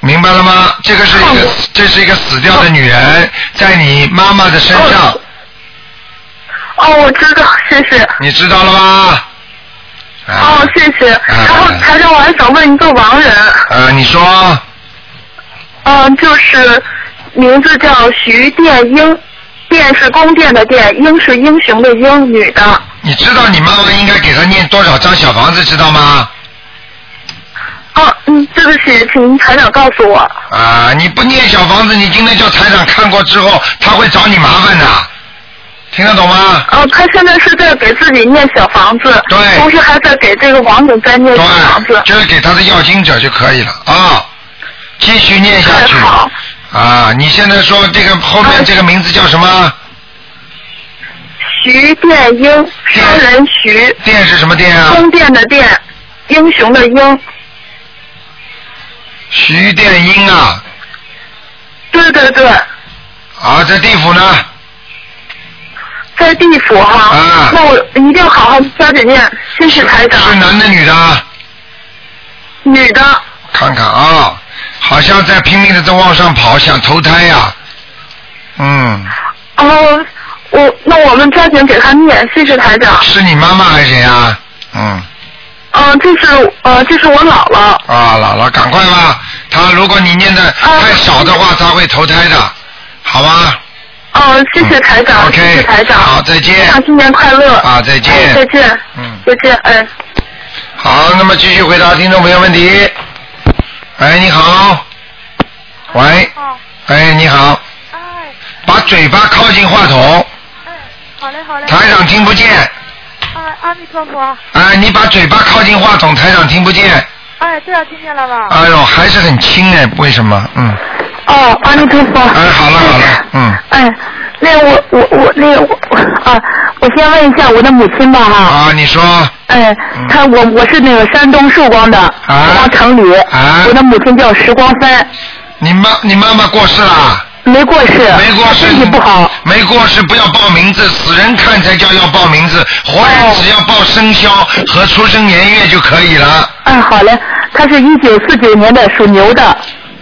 [SPEAKER 1] 明白了吗？这个是一个这是一个死掉的女人，在你妈妈的身上，
[SPEAKER 4] 哦，我知道，谢谢。
[SPEAKER 1] 你知道了吗？啊
[SPEAKER 4] 哦，谢谢。然后台长，我还想问一个亡人，
[SPEAKER 1] 呃，你说
[SPEAKER 4] 嗯、就是名字叫徐殿英，殿是宫殿的殿，英是英雄的英，女的。
[SPEAKER 1] 你知道你妈妈应该给她念多少张小房子，知道吗？
[SPEAKER 4] 哦，嗯，对不起，请您台长告诉我。
[SPEAKER 1] 啊，你不念小房子，你今天叫台长看过之后，他会找你麻烦的，听得懂吗？
[SPEAKER 4] 哦，他现在是在给自己念小房子，
[SPEAKER 1] 对
[SPEAKER 4] 同时还在给这个亡者在念小房子。
[SPEAKER 1] 就是给他的要经者就可以了啊，继续念下去。啊，你现在说这个后面这个名字叫什么？
[SPEAKER 4] 徐殿英，商人徐。
[SPEAKER 1] 殿是什么殿啊？
[SPEAKER 4] 宫殿的殿，英雄的英。
[SPEAKER 1] 徐殿英啊，
[SPEAKER 4] 对对对，
[SPEAKER 1] 啊，在地府呢。
[SPEAKER 4] 在地府哈。
[SPEAKER 1] 啊。
[SPEAKER 4] 那我一定好好抓紧念，谢谢台长。
[SPEAKER 1] 是男的女的？
[SPEAKER 4] 女的。
[SPEAKER 1] 看看啊，好像在拼命的在往上跑，想投胎呀、嗯，
[SPEAKER 4] 哦，我那我们抓紧给他念，谢谢台长。
[SPEAKER 1] 是你妈妈还是谁啊？嗯，
[SPEAKER 4] 嗯、这是呃，这是我姥姥。
[SPEAKER 1] 啊，姥姥，赶快吧。他如果你念的太少的话，他会投胎的，好吧？
[SPEAKER 4] 嗯、谢谢台长，
[SPEAKER 1] 嗯，OK，
[SPEAKER 4] 谢谢台长。
[SPEAKER 1] 好再见
[SPEAKER 4] 台长新年快乐。
[SPEAKER 1] 啊再见
[SPEAKER 4] 哎再见。
[SPEAKER 1] 嗯，
[SPEAKER 4] 再见，哎。
[SPEAKER 1] 好，那么继续回答听众朋友问题。哎，你好。喂。哎，你好。把嘴巴靠近话筒，
[SPEAKER 5] 哎好嘞好嘞。
[SPEAKER 1] 台长听不见。
[SPEAKER 5] 啊，阿弥陀佛。
[SPEAKER 1] 哎，你把嘴巴靠近话筒，台长听不见。
[SPEAKER 5] 哎，这样听见了吧？
[SPEAKER 1] 哎呦，还是很轻哎，为什么？嗯，
[SPEAKER 5] 哦，阿弥陀佛。
[SPEAKER 1] 哎，好了好了，嗯，
[SPEAKER 5] 哎，那我我我那个我我啊，我先问一下我的母亲吧哈。
[SPEAKER 1] 啊，你说
[SPEAKER 5] 哎，
[SPEAKER 1] 嗯
[SPEAKER 5] 她我我是那个山东寿光的，
[SPEAKER 1] 啊
[SPEAKER 5] 寿光城里，我的母亲叫石光三，
[SPEAKER 1] 你妈你妈妈过世了？
[SPEAKER 5] 没过世，
[SPEAKER 1] 没过世，啊身体不好。没过世，不要报名字，死人看才叫要报名字，活人只要报生肖和出生年月就可以了。
[SPEAKER 5] 哎，好嘞，她是一九四九年的，属牛的，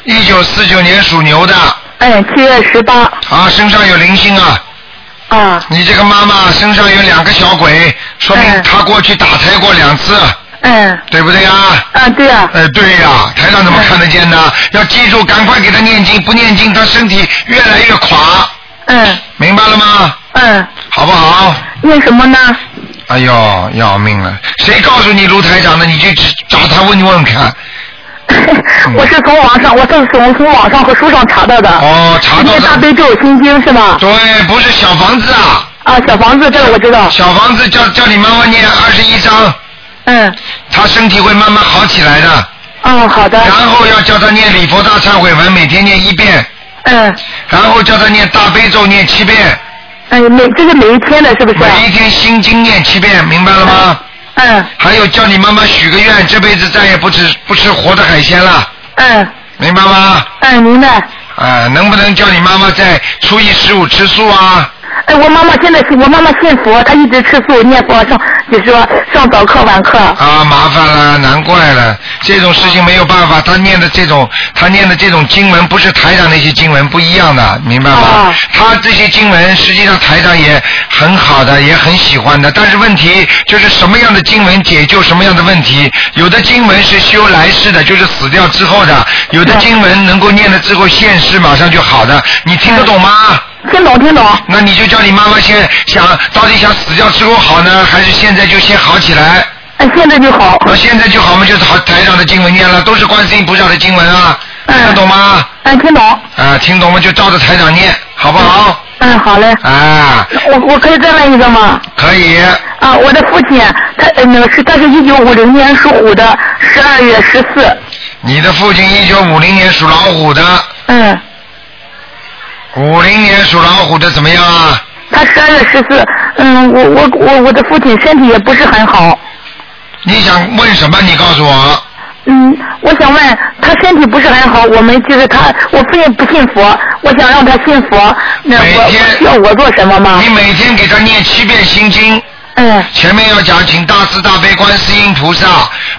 [SPEAKER 1] 一九四九年属牛的，
[SPEAKER 5] 哎，七月十八，
[SPEAKER 1] 啊，身上有灵性啊。
[SPEAKER 5] 啊。
[SPEAKER 1] 你这个妈妈身上有两个小鬼，说明她过去打胎过两次。
[SPEAKER 5] 嗯。
[SPEAKER 1] 对不对呀？
[SPEAKER 5] 啊，对呀。
[SPEAKER 1] 哎，对呀、台长怎么看得见呢？要记住，赶快给她念经，不念经她身体越来越垮。
[SPEAKER 5] 嗯。
[SPEAKER 1] 明白了吗？
[SPEAKER 5] 嗯。
[SPEAKER 1] 好不好？
[SPEAKER 5] 念什么呢？
[SPEAKER 1] 哎呦，要命了！谁告诉你卢台长的？你去找他问问看。
[SPEAKER 5] 我是从网上，我是从从网上和书上查到的。
[SPEAKER 1] 哦，查到
[SPEAKER 5] 念大悲咒心经是吗？
[SPEAKER 1] 对，不是小房子啊。
[SPEAKER 5] 啊，小房子这个我知道。
[SPEAKER 1] 小房子叫叫你妈妈念二十一章。
[SPEAKER 5] 嗯。
[SPEAKER 1] 她身体会慢慢好起来的。
[SPEAKER 5] 嗯，好的。
[SPEAKER 1] 然后要叫她念礼佛大忏悔文，每天念一遍。
[SPEAKER 5] 嗯。
[SPEAKER 1] 然后叫她念大悲咒，念七遍。
[SPEAKER 5] 哎，每这是每一天的，是不
[SPEAKER 4] 啊
[SPEAKER 5] 是？
[SPEAKER 1] 每一天心经念七遍，明白了吗？
[SPEAKER 5] 嗯。
[SPEAKER 1] 还有叫你妈妈许个愿，这辈子再也不吃不吃活的海鲜了，
[SPEAKER 5] 嗯
[SPEAKER 1] 明白吗？
[SPEAKER 5] 嗯，明白。
[SPEAKER 1] 啊，能不能叫你妈妈在初一十五吃素啊？
[SPEAKER 5] 哎，我妈妈现在是我妈妈信佛，她一直吃素念佛上，就说上早课晚课。
[SPEAKER 1] 啊，麻烦了，难怪了，这种事情没有办法。他念的这种，他念的这种经文不是台长那些经文不一样的，明白吗？他这些经文实际上台长也很好的，也很喜欢的。但是问题就是什么样的经文解救什么样的问题。有的经文是修来世的，就是死掉之后的；有的经文能够念了之后现世马上就好的。你听得懂吗？
[SPEAKER 5] 听懂听懂。
[SPEAKER 1] 那你就叫你妈妈先想到底想死掉之后好呢，还是现在就先好起来？
[SPEAKER 11] 哎，现在就好。
[SPEAKER 1] 那现在就好嘛，就是好台上的经文念了，都是观世音菩萨的经文啊，听得懂吗？
[SPEAKER 11] 哎，听懂。
[SPEAKER 1] 啊，听懂了就照着台长念，好不好？
[SPEAKER 11] 嗯，好嘞。
[SPEAKER 1] 啊，
[SPEAKER 11] 我我可以再问一个吗？
[SPEAKER 1] 可以。
[SPEAKER 11] 啊，我的父亲，他呃那个是他是一九五零年属虎的，十二月十四。
[SPEAKER 1] 你的父亲一九五零年属老虎的，
[SPEAKER 11] 嗯，
[SPEAKER 1] 五零年属老虎的怎么样啊？
[SPEAKER 11] 他十二月十四。嗯，我我我我的父亲身体也不是很好。
[SPEAKER 1] 你想问什么？你告诉我。
[SPEAKER 11] 嗯，我想问他身体不是很好，我们就是他，我父亲不信佛，我想让他信佛，那我需要我做什么吗？
[SPEAKER 1] 你每天给他念七遍心经。
[SPEAKER 11] 嗯。
[SPEAKER 1] 前面要讲，请大慈大悲观世音菩萨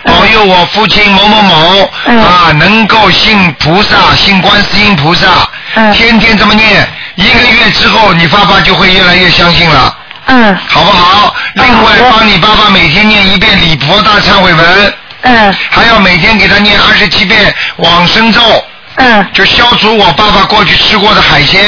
[SPEAKER 1] 保佑我父亲某某某、啊，能够信菩萨，信观世音菩萨。嗯。天天这么念，一个月之后，你爸爸就会越来越相信了。
[SPEAKER 11] 嗯。
[SPEAKER 1] 好不好？另外，帮你爸爸每天念一遍礼佛大忏悔文。
[SPEAKER 11] 嗯。
[SPEAKER 1] 还要每天给他念二十七遍往生咒。
[SPEAKER 11] 嗯。
[SPEAKER 1] 就消除我爸爸过去吃过的海鲜。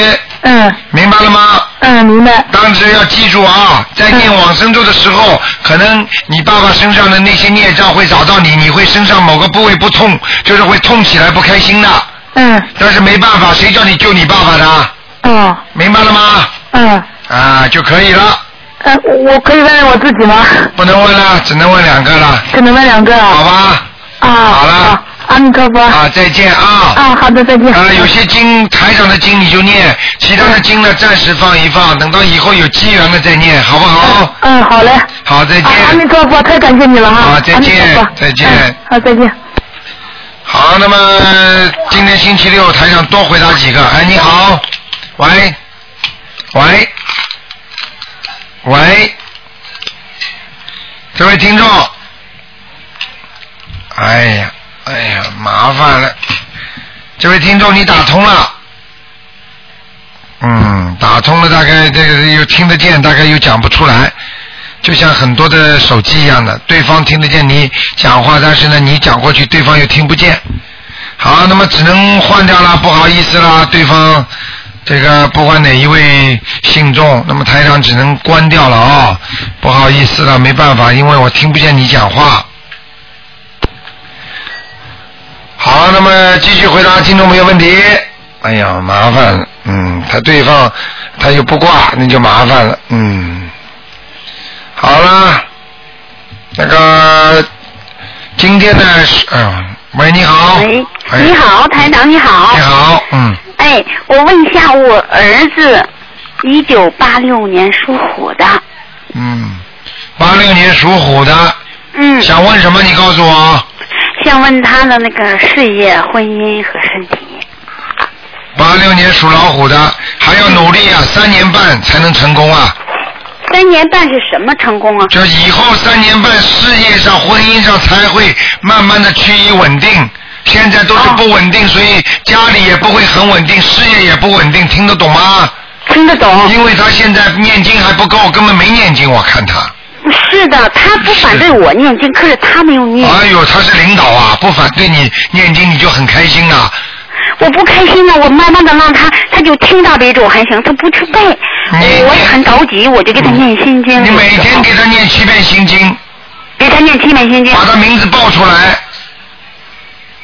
[SPEAKER 11] 嗯。
[SPEAKER 1] 明白了吗？
[SPEAKER 11] 嗯，明白。
[SPEAKER 1] 当时要记住啊，在念往生咒的时候，可能你爸爸身上的那些孽障会找到你，你会身上某个部位不痛，就是会痛起来不开心的。
[SPEAKER 11] 嗯。
[SPEAKER 1] 但是没办法，谁叫你救你爸爸的？
[SPEAKER 11] 嗯。
[SPEAKER 1] 明白了吗？
[SPEAKER 11] 嗯。
[SPEAKER 1] 啊，就可以了。
[SPEAKER 11] 呃，我我可以问问我自己吗？
[SPEAKER 1] 不能问了，只能问两个了。
[SPEAKER 11] 只能问两个。好
[SPEAKER 1] 吧。
[SPEAKER 11] 啊。好了。阿弥陀佛。
[SPEAKER 1] 啊，再见啊。
[SPEAKER 11] 啊，好的，再见。
[SPEAKER 1] 啊，有些经台上的经你就念，其他的经呢暂时放一放，等到以后有机缘了再念，好不好？
[SPEAKER 11] 嗯，好嘞。啊
[SPEAKER 1] 好，哦再
[SPEAKER 4] 啊
[SPEAKER 1] 见。
[SPEAKER 11] 阿弥陀佛，太感谢你了哈。
[SPEAKER 1] 啊，再
[SPEAKER 11] 阿弥陀
[SPEAKER 1] 见
[SPEAKER 11] 佛，嗯
[SPEAKER 1] 再见。
[SPEAKER 11] 好，再见。
[SPEAKER 1] 好，那么今天星期六台上多回答几个。哎，你好，喂，喂，喂，这位听众，哎呀，哎呀，麻烦了，这位听众你打通了。嗯，打通了，大概这个又听得见，大概又讲不出来，就像很多的手机一样的，对方听得见你讲话，但是呢，你讲过去，对方又听不见。好，那么只能换掉了，不好意思啦，对方这个不管哪一位信众，那么台长只能关掉了啊、不好意思了，没办法，因为我听不见你讲话。好，那么继续回答听众朋友问题。哎呀，麻烦了，嗯，他对方他又不挂，那就麻烦了，嗯。好了，那个今天呢是，嗯，喂，你好，
[SPEAKER 12] 喂，
[SPEAKER 1] 哎
[SPEAKER 12] 你好，台长，你好。
[SPEAKER 1] 你好，嗯，
[SPEAKER 12] 哎，我问一下，我儿子，一九八六年属虎的，
[SPEAKER 1] 嗯，八六年属虎的，
[SPEAKER 12] 嗯，
[SPEAKER 1] 想问什么？你告诉我。
[SPEAKER 12] 想问他的那个事业、婚姻和身体。
[SPEAKER 1] 八六年属老虎的，还要努力啊，三年半才能成功啊。
[SPEAKER 12] 三年半是什么成功啊？
[SPEAKER 1] 就以后三年半事业上、婚姻上才会慢慢的趋于稳定。现在都是不稳定，所以家里也不会很稳定，事业也不稳定，听得懂吗？
[SPEAKER 12] 听得懂。
[SPEAKER 1] 因为他现在念经还不够，根本没念经，我看他。
[SPEAKER 12] 是的，他不反对我念经，可是他没有念。
[SPEAKER 1] 哎呦，他是领导啊，不反对你念经，你就很开心啊。
[SPEAKER 12] 我不开心呢，我慢慢的让他，他就听大悲咒还行，他不去背，我也很着急，我就给他念心经。
[SPEAKER 1] 哎你每天给他念七遍心经。
[SPEAKER 12] 给他念七遍心经。
[SPEAKER 1] 把他名字报出来，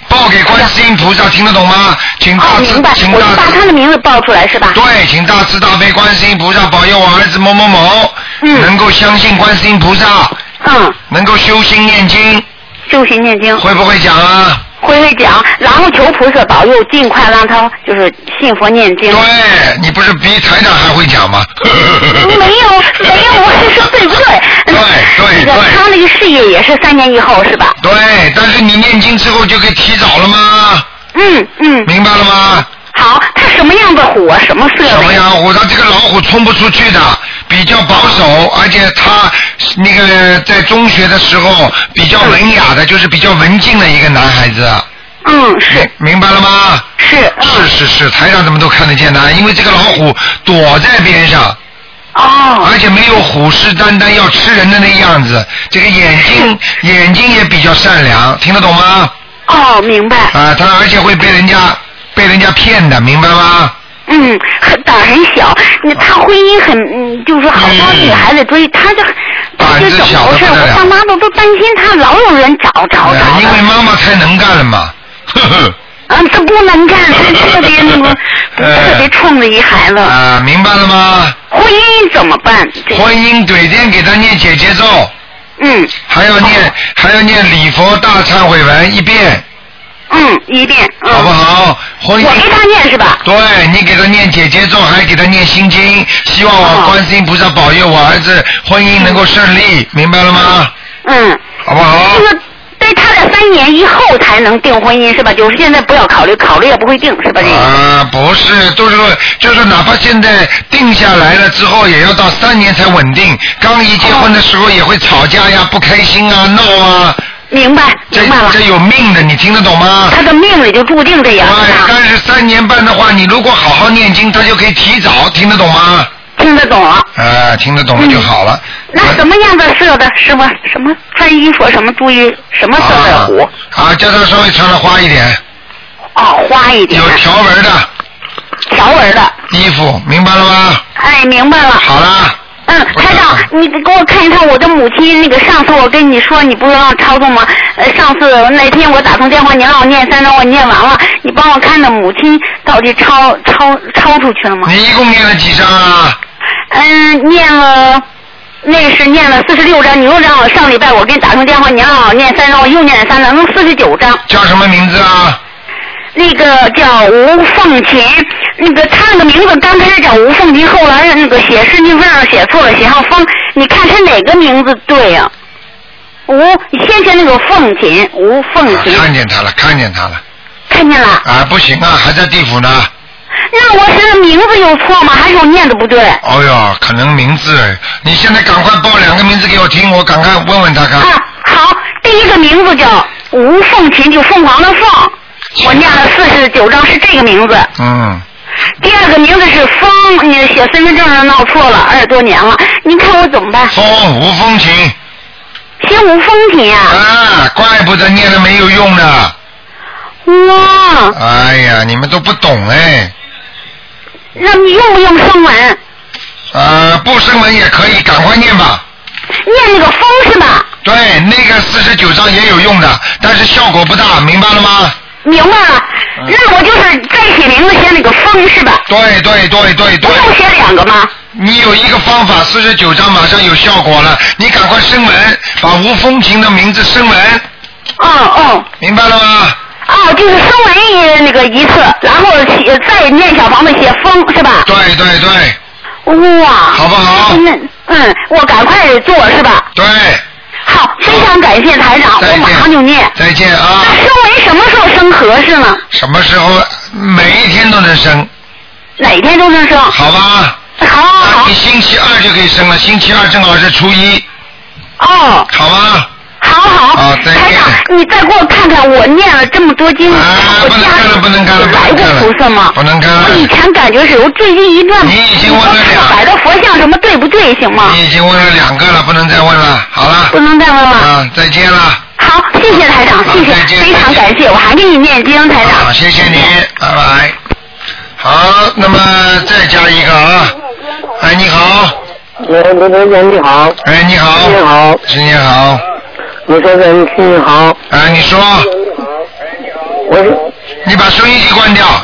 [SPEAKER 1] 报给观世音菩萨，听得懂吗？
[SPEAKER 12] 哦
[SPEAKER 1] 请大慈，啊请大慈。把他
[SPEAKER 12] 的名字报出来是吧？
[SPEAKER 1] 对，请大慈大悲观世音菩萨保佑我儿子某某某，能够相信观世音菩萨，
[SPEAKER 12] 嗯，
[SPEAKER 1] 能够修心念经。
[SPEAKER 12] 修心念经。
[SPEAKER 1] 会不会讲啊？
[SPEAKER 12] 会会讲，然后求菩萨保佑，尽快让他就是信佛念经。
[SPEAKER 1] 对，你不是比台长还会讲吗？
[SPEAKER 12] 没有没有，我是说对不对？对对对。他那个事业也是三年以后是吧？
[SPEAKER 1] 对，但是你念经之后就可以提早了吗？
[SPEAKER 12] 嗯嗯。
[SPEAKER 1] 明白了吗？
[SPEAKER 12] 好，他什么样的虎啊？什么色？
[SPEAKER 1] 什么样虎？他这个老虎冲不出去的，比较保守，而且他那个在中学的时候比较文雅的，就是比较文静的一个男孩子。
[SPEAKER 12] 嗯，是。
[SPEAKER 1] 明白了吗？
[SPEAKER 12] 是。嗯
[SPEAKER 1] 是是是，台上怎么都看得见的，因为这个老虎躲在边上。
[SPEAKER 12] 哦。
[SPEAKER 1] 而且没有虎视眈眈要吃人的那样子，这个眼睛眼睛也比较善良，听得懂吗？
[SPEAKER 12] 哦，明白。
[SPEAKER 1] 啊，他而且会被人家被人家骗的，明白吗？
[SPEAKER 12] 嗯，很胆儿很小，那她婚姻很，嗯，就是好多女孩子追，她就她就怎么回事？我当妈妈都担心她，老有人找找找。
[SPEAKER 1] 啊因为妈妈太能干了 嘛，呵呵。
[SPEAKER 12] 啊，她不能干，她特别那 个，特别冲着一孩子。
[SPEAKER 1] 啊，明白了吗？
[SPEAKER 12] 婚姻怎么办？
[SPEAKER 1] 婚姻怼天给他念姐姐咒。
[SPEAKER 12] 嗯。
[SPEAKER 1] 还要念，还要念礼佛大忏悔文一遍。
[SPEAKER 12] 嗯，一遍。嗯、
[SPEAKER 1] 好不好？婚姻。
[SPEAKER 12] 我给他念是吧？
[SPEAKER 1] 对，你给他念姐姐咒，还给他念心经，希望我观世音菩萨保佑我儿子婚姻能够顺利，明白了吗？
[SPEAKER 12] 嗯。
[SPEAKER 1] 好不好？
[SPEAKER 12] 这个对他在三年以后才能订婚姻是吧？就是现在不要考虑，考虑也不会定是吧？这个。
[SPEAKER 1] 啊，不是，就是说，就是哪怕现在定下来了之后，也要到三年才稳定。刚一结婚的时候也会吵架呀，不开心啊，闹啊。
[SPEAKER 12] 明白，明白了。
[SPEAKER 1] 这有命的，你听得懂吗？
[SPEAKER 12] 他的命里就注定这样。
[SPEAKER 1] 对，但是三年半的话，你如果好好念经，他就可以提早，听得懂吗？
[SPEAKER 12] 听得懂了。
[SPEAKER 1] 啊，听得懂了就好了。
[SPEAKER 12] 嗯那什么样的色的什么什么穿衣服什么注意什么色的
[SPEAKER 1] 虎？啊，叫他稍微穿的花一点。
[SPEAKER 12] 哦，花一点。
[SPEAKER 1] 有条纹的。
[SPEAKER 12] 条纹的。啊
[SPEAKER 1] 衣服，明白了吗？
[SPEAKER 12] 哎，明白了。
[SPEAKER 1] 好啦。
[SPEAKER 12] 嗯，台长，你给我看一看我的母亲那个上次我跟你说你不让我操作吗？呃，上次那天我打通电话，你让我念三张，我念完了，你帮我看的母亲到底超超超出去了吗？
[SPEAKER 1] 你一共念了几张啊？
[SPEAKER 12] 嗯，念了，那是念了四十六张。你又让我上礼拜我给你打通电话，你让我念三张，我又念了三张，共四十九张。
[SPEAKER 1] 叫什么名字啊？
[SPEAKER 12] 那个叫吴凤琴，那个他那个名字刚开始叫吴凤琴，后来那个写身份证写错了，写上凤。你看他哪个名字对呀、吴先前那个凤琴，吴凤
[SPEAKER 1] 啊
[SPEAKER 12] 琴，
[SPEAKER 1] 看见他了，看见他了。
[SPEAKER 12] 看见了？
[SPEAKER 1] 啊，不行啊，还在地府呢。
[SPEAKER 12] 那我是名字有错吗？还是我念的不对？
[SPEAKER 1] 哦哟，可能名字，你现在赶快报两个名字给我听，我赶快问问他看。
[SPEAKER 12] 啊好，第一个名字叫吴凤琴，就凤凰的凤，我念了四十九章是这个名字。
[SPEAKER 1] 嗯，
[SPEAKER 12] 第二个名字是风，你写身份证上闹错了，二十多年了，您看我怎么办？
[SPEAKER 1] 风吴风琴。
[SPEAKER 12] 姓吴风琴啊。
[SPEAKER 1] 啊，怪不得念了没有用呢。
[SPEAKER 12] 哇，
[SPEAKER 1] 哎呀，你们都不懂哎。
[SPEAKER 12] 那你用不用声纹？
[SPEAKER 1] 啊，不声纹也可以，赶快念吧。
[SPEAKER 12] 念那个风是吧？
[SPEAKER 1] 对，那个四十九章也有用的，但是效果不大，明白了吗？
[SPEAKER 12] 明白了，
[SPEAKER 1] 嗯
[SPEAKER 12] 那我就是再写名字写那个风是吧？
[SPEAKER 1] 对对对对对。
[SPEAKER 12] 不写两个吗？
[SPEAKER 1] 你有一个方法，四十九章马上有效果了，你赶快声纹，把吴风琴的名字声纹。
[SPEAKER 12] 哦哦。
[SPEAKER 1] 明白了吗？
[SPEAKER 12] 哦，就是声纹也那个一次，然后写再念小房子写风是吧？
[SPEAKER 1] 对对对。
[SPEAKER 12] 哇。好
[SPEAKER 1] 不好？
[SPEAKER 12] 那嗯，我赶快做是吧？
[SPEAKER 1] 对。
[SPEAKER 12] 好，非常感谢台长，啊我马上就念。
[SPEAKER 1] 再见啊！
[SPEAKER 12] 那声纹什么时候生合适呢？
[SPEAKER 1] 什么时候每一天都能生？
[SPEAKER 12] 哪天都能生？
[SPEAKER 1] 好吧。
[SPEAKER 12] 好哦好。
[SPEAKER 1] 你星期二就可以生了，星期二正好是初一。
[SPEAKER 12] 哦。
[SPEAKER 1] 好吗？
[SPEAKER 12] 好好。
[SPEAKER 1] 啊，再见。
[SPEAKER 12] 你再给我看看，我念了这么多经，我家
[SPEAKER 1] 啊
[SPEAKER 12] 里不能看了，来过菩萨吗？
[SPEAKER 1] 不能看
[SPEAKER 12] 我以前感觉是，我最近一嗯段，你已经问了摆的佛像什么对不对，行吗？
[SPEAKER 1] 你已经问了两个了，不能再问了，好了。
[SPEAKER 12] 不能再问了。
[SPEAKER 1] 啊，再见了。
[SPEAKER 12] 好，谢谢台长，谢谢，非常感谢，我还给你念经，台长。
[SPEAKER 1] 好，谢谢你，拜拜。好，那么再加一个啊。哎，你好。
[SPEAKER 4] 喂，呃刘先生你好。
[SPEAKER 1] 哎，你好。
[SPEAKER 4] 你好。
[SPEAKER 1] 新年好。
[SPEAKER 4] 刘先生，新年好。
[SPEAKER 1] 哎，你说。
[SPEAKER 4] 我是
[SPEAKER 1] 你把收音机关掉。啊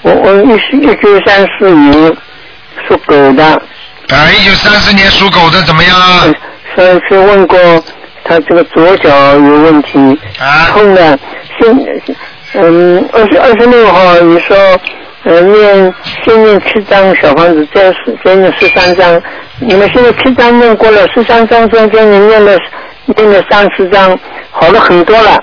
[SPEAKER 4] 我我一是一九三四年属狗的，
[SPEAKER 1] 啊，一九三四年属狗的怎么样啊？
[SPEAKER 4] 上次问过他这个左脚有问题，
[SPEAKER 1] 啊
[SPEAKER 4] 痛了。现嗯二十二十六号你说呃念先念七张小房子，再再念十三张。你们现在七张念过了，十三张中间你念了念了三十张，好了很多了。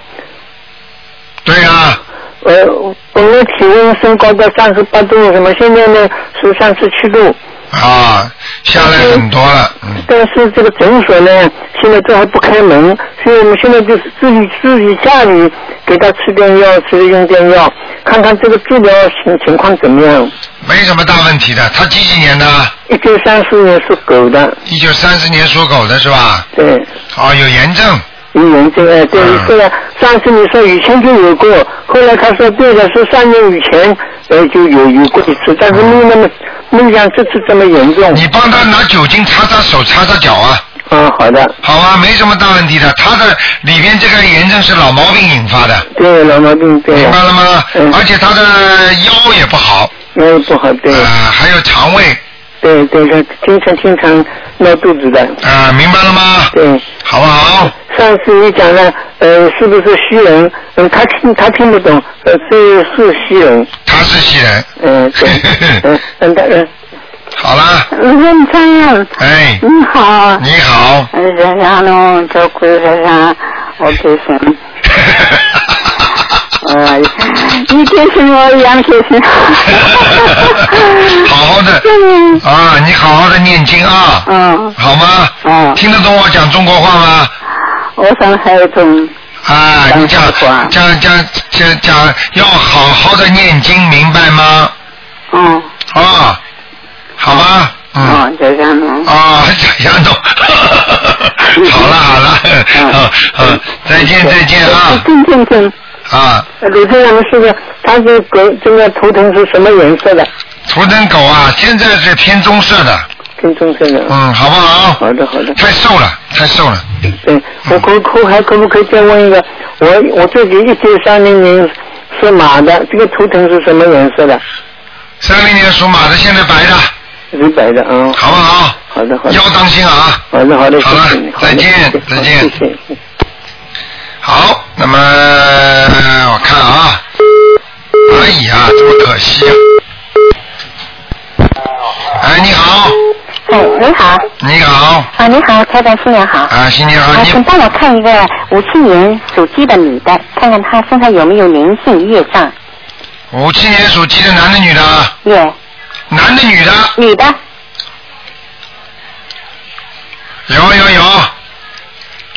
[SPEAKER 1] 对啊呀、
[SPEAKER 4] 呃，本来体温升高到三十八度，什么现在呢是三十七度。
[SPEAKER 1] 啊，下来很多了。嗯
[SPEAKER 4] 但是这个诊所呢，现在都还不开门，所以我们现在就是自己自己家里给他吃点药，吃用点药，看看这个治疗情情况怎么样。
[SPEAKER 1] 没什么大问题的。他几几年的？
[SPEAKER 4] 一九三四年属狗的，
[SPEAKER 1] 一九三四年属狗的是吧？
[SPEAKER 4] 对。
[SPEAKER 1] 哦，有炎症。
[SPEAKER 4] 有炎症，哎，对，你说了，上次你说以前就有过，后后来他说对的，是三年以前呃就有有过一次，但是没有那么没有像这次这么严重。
[SPEAKER 1] 你帮他拿酒精擦擦手、擦擦脚啊。
[SPEAKER 4] 嗯，好的。
[SPEAKER 1] 好啊，没什么大问题的。他的里面这个炎症是老毛病引发的，
[SPEAKER 4] 对老毛病对。
[SPEAKER 1] 明白了吗？
[SPEAKER 4] 嗯
[SPEAKER 1] 而且他的腰也不好，
[SPEAKER 4] 嗯，不好对。
[SPEAKER 1] 啊，还有肠胃。
[SPEAKER 4] 对对，他经常经常闹肚子的。
[SPEAKER 1] 啊，明白了吗？
[SPEAKER 4] 对。
[SPEAKER 1] 好不
[SPEAKER 4] 嗯
[SPEAKER 1] 好？
[SPEAKER 4] 上次你讲了，呃，是不是虚人？嗯，他听他听不懂，呃，是是虚人。
[SPEAKER 1] 他是西人。
[SPEAKER 4] 嗯，对，嗯嗯，他嗯。
[SPEAKER 1] 好啦。
[SPEAKER 2] 任真，
[SPEAKER 1] 哎，
[SPEAKER 2] 你好。
[SPEAKER 1] 你好。
[SPEAKER 2] 人家呢，这鬼人家，我给谁？哎，你给什么杨先生？
[SPEAKER 1] 好好的啊，你好好的念经啊，
[SPEAKER 2] 嗯，
[SPEAKER 1] 好吗？嗯。听得懂我讲中国话吗？
[SPEAKER 2] 哦我上海中。
[SPEAKER 1] 啊，你讲讲讲讲讲，要好好的念经，明白吗？
[SPEAKER 5] 哦
[SPEAKER 2] 嗯。
[SPEAKER 1] 啊，好吧。
[SPEAKER 2] 哦，就这样呢。
[SPEAKER 1] 啊，这样弄。好了好了，嗯嗯，再见再见啊
[SPEAKER 4] 正正正。
[SPEAKER 1] 啊，
[SPEAKER 4] 鲁队长是个，他这个这个头疼是什么颜色的？
[SPEAKER 1] 图腾狗啊，现在是偏棕色的，
[SPEAKER 4] 偏棕色的。
[SPEAKER 1] 嗯，好不好？好
[SPEAKER 4] 的好的。
[SPEAKER 1] 太瘦了，太瘦了。
[SPEAKER 4] 对，嗯我可可还可不可以再问一个？我我自己一九三零年属马的，这个图腾是什么颜色的？
[SPEAKER 1] 三零年属马的，现在白的。
[SPEAKER 4] 是白的啊、嗯
[SPEAKER 1] 好不好？
[SPEAKER 4] 好的好的。
[SPEAKER 1] 要当心啊！
[SPEAKER 4] 好的好的，
[SPEAKER 1] 好了
[SPEAKER 4] 谢谢你，
[SPEAKER 1] 再见再见。好，那么 我看啊，哎呀，这么可惜啊！哎，你好，
[SPEAKER 5] 哎，你好，
[SPEAKER 1] 你好，
[SPEAKER 5] 啊，你好，台长，新年好。
[SPEAKER 1] 啊，新年好，
[SPEAKER 5] 啊，
[SPEAKER 1] 你
[SPEAKER 5] 请帮我看一个五七年属鸡的女的，看看她身上有没有灵性业障。
[SPEAKER 1] 五七年属鸡的男的女的啊？
[SPEAKER 5] 耶、
[SPEAKER 1] 男的女的？
[SPEAKER 5] 女的。
[SPEAKER 1] 有有有，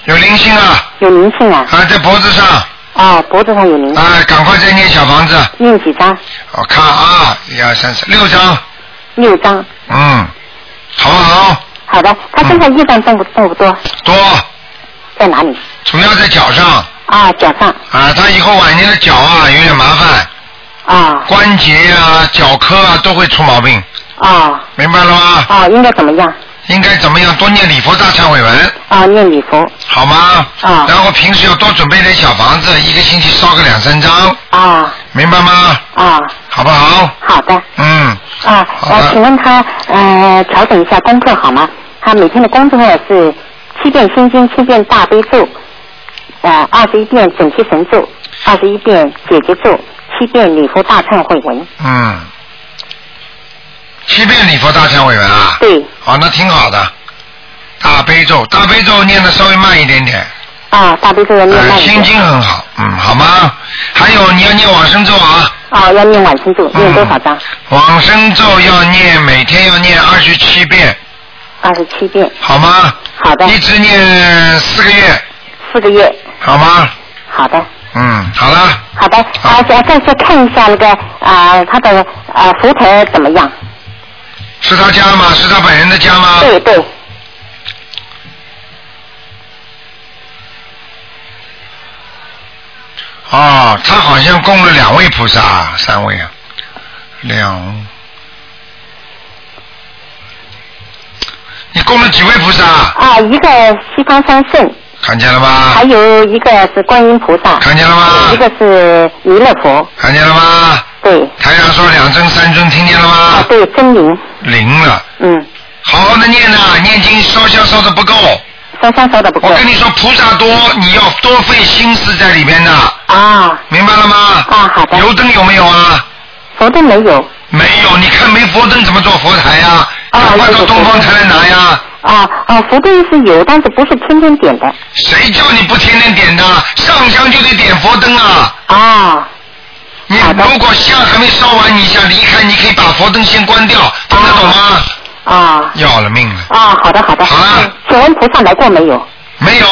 [SPEAKER 1] 有灵性啊！
[SPEAKER 5] 有灵性啊！
[SPEAKER 1] 啊，在脖子上。
[SPEAKER 4] 哦
[SPEAKER 5] 啊，脖子上有灵性。
[SPEAKER 1] 啊，赶快再念小房子。
[SPEAKER 5] 念几张？
[SPEAKER 1] 我看啊，一二三四六张，
[SPEAKER 5] 六张。
[SPEAKER 1] 嗯，好不好？
[SPEAKER 5] 好的，她身上业障重不重不多？
[SPEAKER 1] 多。
[SPEAKER 5] 在哪里？
[SPEAKER 1] 主要在脚上
[SPEAKER 5] 啊，脚上
[SPEAKER 1] 啊，他以后晚年的脚啊有点麻烦，
[SPEAKER 5] 啊
[SPEAKER 1] 关节啊、脚科啊都会出毛病，
[SPEAKER 5] 啊
[SPEAKER 1] 明白了吗？
[SPEAKER 5] 啊，应该怎么样？
[SPEAKER 1] 应该怎么样？多念礼佛大忏悔文，
[SPEAKER 5] 啊，念礼佛
[SPEAKER 1] 好吗？
[SPEAKER 5] 啊
[SPEAKER 1] 然后平时要多准备点小房子，一个星期烧个两三张，
[SPEAKER 5] 啊
[SPEAKER 1] 明白吗？
[SPEAKER 5] 啊，
[SPEAKER 1] 好不好？
[SPEAKER 5] 好的。
[SPEAKER 1] 嗯，
[SPEAKER 5] 啊，呃，请问他呃调整一下功课好吗？他每天的功课是七遍心经，七遍大悲咒，呃，二十一遍准提神咒，二十一遍解结咒，七遍礼佛大忏悔文。
[SPEAKER 1] 嗯，七遍礼佛大忏悔文啊。
[SPEAKER 5] 对。
[SPEAKER 1] 好，那挺好的。大悲咒，大悲咒念的稍微慢一点点，
[SPEAKER 5] 啊，大悲咒要念
[SPEAKER 1] 呃，
[SPEAKER 5] 慢一
[SPEAKER 1] 心
[SPEAKER 5] 点。
[SPEAKER 1] 经很好，嗯，好吗？还有你要念往生咒啊，嗯
[SPEAKER 5] 啊，要念往生咒，念多少张？
[SPEAKER 1] 往生咒要念每天要念二十七遍，
[SPEAKER 5] 二十七遍，
[SPEAKER 1] 好吗？
[SPEAKER 5] 好的。
[SPEAKER 1] 一直念四个月，
[SPEAKER 5] 四个月，
[SPEAKER 1] 好吗？
[SPEAKER 5] 好的。
[SPEAKER 1] 嗯，好了。
[SPEAKER 5] 好的，啊，再再再看一下那个啊、他的啊佛台怎么样？
[SPEAKER 1] 是他家吗？是他本人的家吗？
[SPEAKER 5] 对对。
[SPEAKER 1] 哦，他好像供了两位菩萨，三位啊，两。你供了几位菩萨？
[SPEAKER 5] 啊，一个西方三圣，
[SPEAKER 1] 看见了吧？
[SPEAKER 5] 还有一个是观音菩萨，
[SPEAKER 1] 看见了吗
[SPEAKER 5] 啊一个是弥勒佛，
[SPEAKER 1] 看见了吗？
[SPEAKER 5] 对。
[SPEAKER 1] 台长说两尊三尊，听见了吗？
[SPEAKER 5] 啊，对，真灵，
[SPEAKER 1] 灵了。
[SPEAKER 5] 嗯。
[SPEAKER 1] 好好的念呐、念经烧香烧的不够。
[SPEAKER 5] 烧香烧的不够。
[SPEAKER 1] 我跟你说，菩萨多，你要多费心思在里边的。
[SPEAKER 5] 啊。
[SPEAKER 1] 明白了吗？
[SPEAKER 5] 啊，好的。
[SPEAKER 1] 油灯有没有啊？
[SPEAKER 5] 佛灯没有。
[SPEAKER 1] 没有，你看没佛灯怎么做佛台呀、
[SPEAKER 5] 啊，
[SPEAKER 1] 要搬到东方台来拿呀。
[SPEAKER 5] 啊啊，佛灯是有，但是不是天天点的。
[SPEAKER 1] 谁叫你不天天点的？上香就得点佛灯啊！
[SPEAKER 5] 啊。
[SPEAKER 1] 你
[SPEAKER 5] 嗯
[SPEAKER 1] 如果香还没烧完，你想离开，你可以把佛灯先关掉，听得懂吗？
[SPEAKER 5] 啊
[SPEAKER 1] 要了命了，
[SPEAKER 5] 啊，好的好的。好了。请问菩萨来过没有？
[SPEAKER 1] 没有。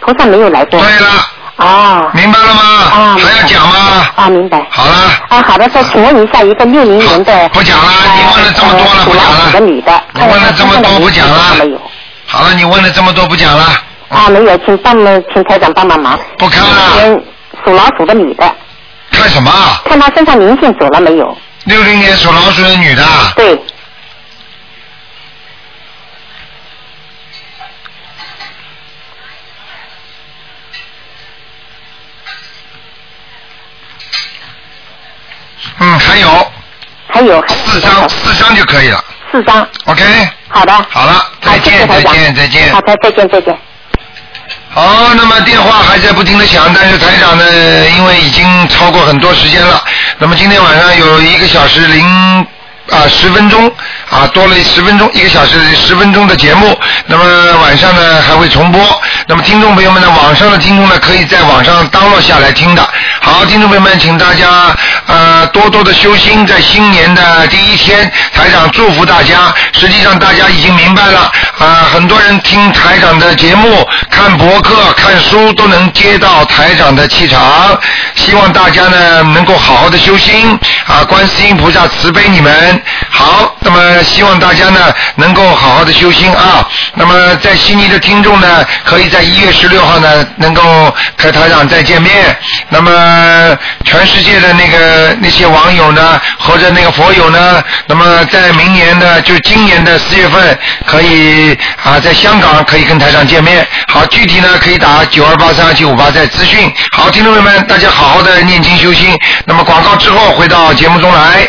[SPEAKER 5] 菩萨没有来过。对
[SPEAKER 1] 了。
[SPEAKER 5] 啊。
[SPEAKER 1] 明白了吗？
[SPEAKER 5] 啊，还要讲
[SPEAKER 1] 吗？
[SPEAKER 5] 啊，明白。
[SPEAKER 1] 好了。
[SPEAKER 5] 啊，好的，再请问一下，一个六零呃年的。不
[SPEAKER 1] 讲了，
[SPEAKER 5] 啊你问了这么多了，不讲了。的女的。你嗯问了这么多，不讲了。没有。
[SPEAKER 1] 好了，你问了这么多不讲了。
[SPEAKER 5] 啊，没有，请帮忙，请台长帮帮忙。
[SPEAKER 1] 不看
[SPEAKER 5] 了。属老鼠的女的，
[SPEAKER 1] 看什么？
[SPEAKER 13] 看他身上灵性走了没有？
[SPEAKER 1] 六零年属老鼠的女的。啊
[SPEAKER 13] 对。
[SPEAKER 1] 嗯，还有
[SPEAKER 13] 还有
[SPEAKER 1] 四张，四张就可以了。
[SPEAKER 13] 四张。
[SPEAKER 1] OK，
[SPEAKER 13] 好的。
[SPEAKER 1] 好了，再见，
[SPEAKER 13] 好
[SPEAKER 1] 再
[SPEAKER 13] 谢谢台长
[SPEAKER 1] 见，再见
[SPEAKER 13] 好。的，再见，再见。
[SPEAKER 1] 好，那么电话还在不停的响，但是台长呢，因为已经超过很多时间了，那么今天晚上有一个小时零啊十分钟啊多了十分钟，一个小时十分钟的节目，那么晚上呢还会重播，那么听众朋友们呢，网上的听众呢可以在网上 download 下来听的。好，听众朋友们，请大家呃多多的修心，在新年的第一天，台长祝福大家。实际上大家已经明白了啊、很多人听台长的节目、看博客、看书都能接到台长的气场。希望大家呢能够好好的修心啊，观世音菩萨慈悲你们。好，那么希望大家呢能够好好的修心啊。那么在悉尼的听众呢，可以在一月十六号呢能够呃和台长再见面。那么全世界的那个那些网友呢，或者那个佛友呢，那么在明年的就今年的四月份，可以啊在香港可以跟台长见面。好，具体呢可以打九二八三二七五八再咨询。好，听众朋友们，大家好好的念经修心。那么广告之后回到节目中来。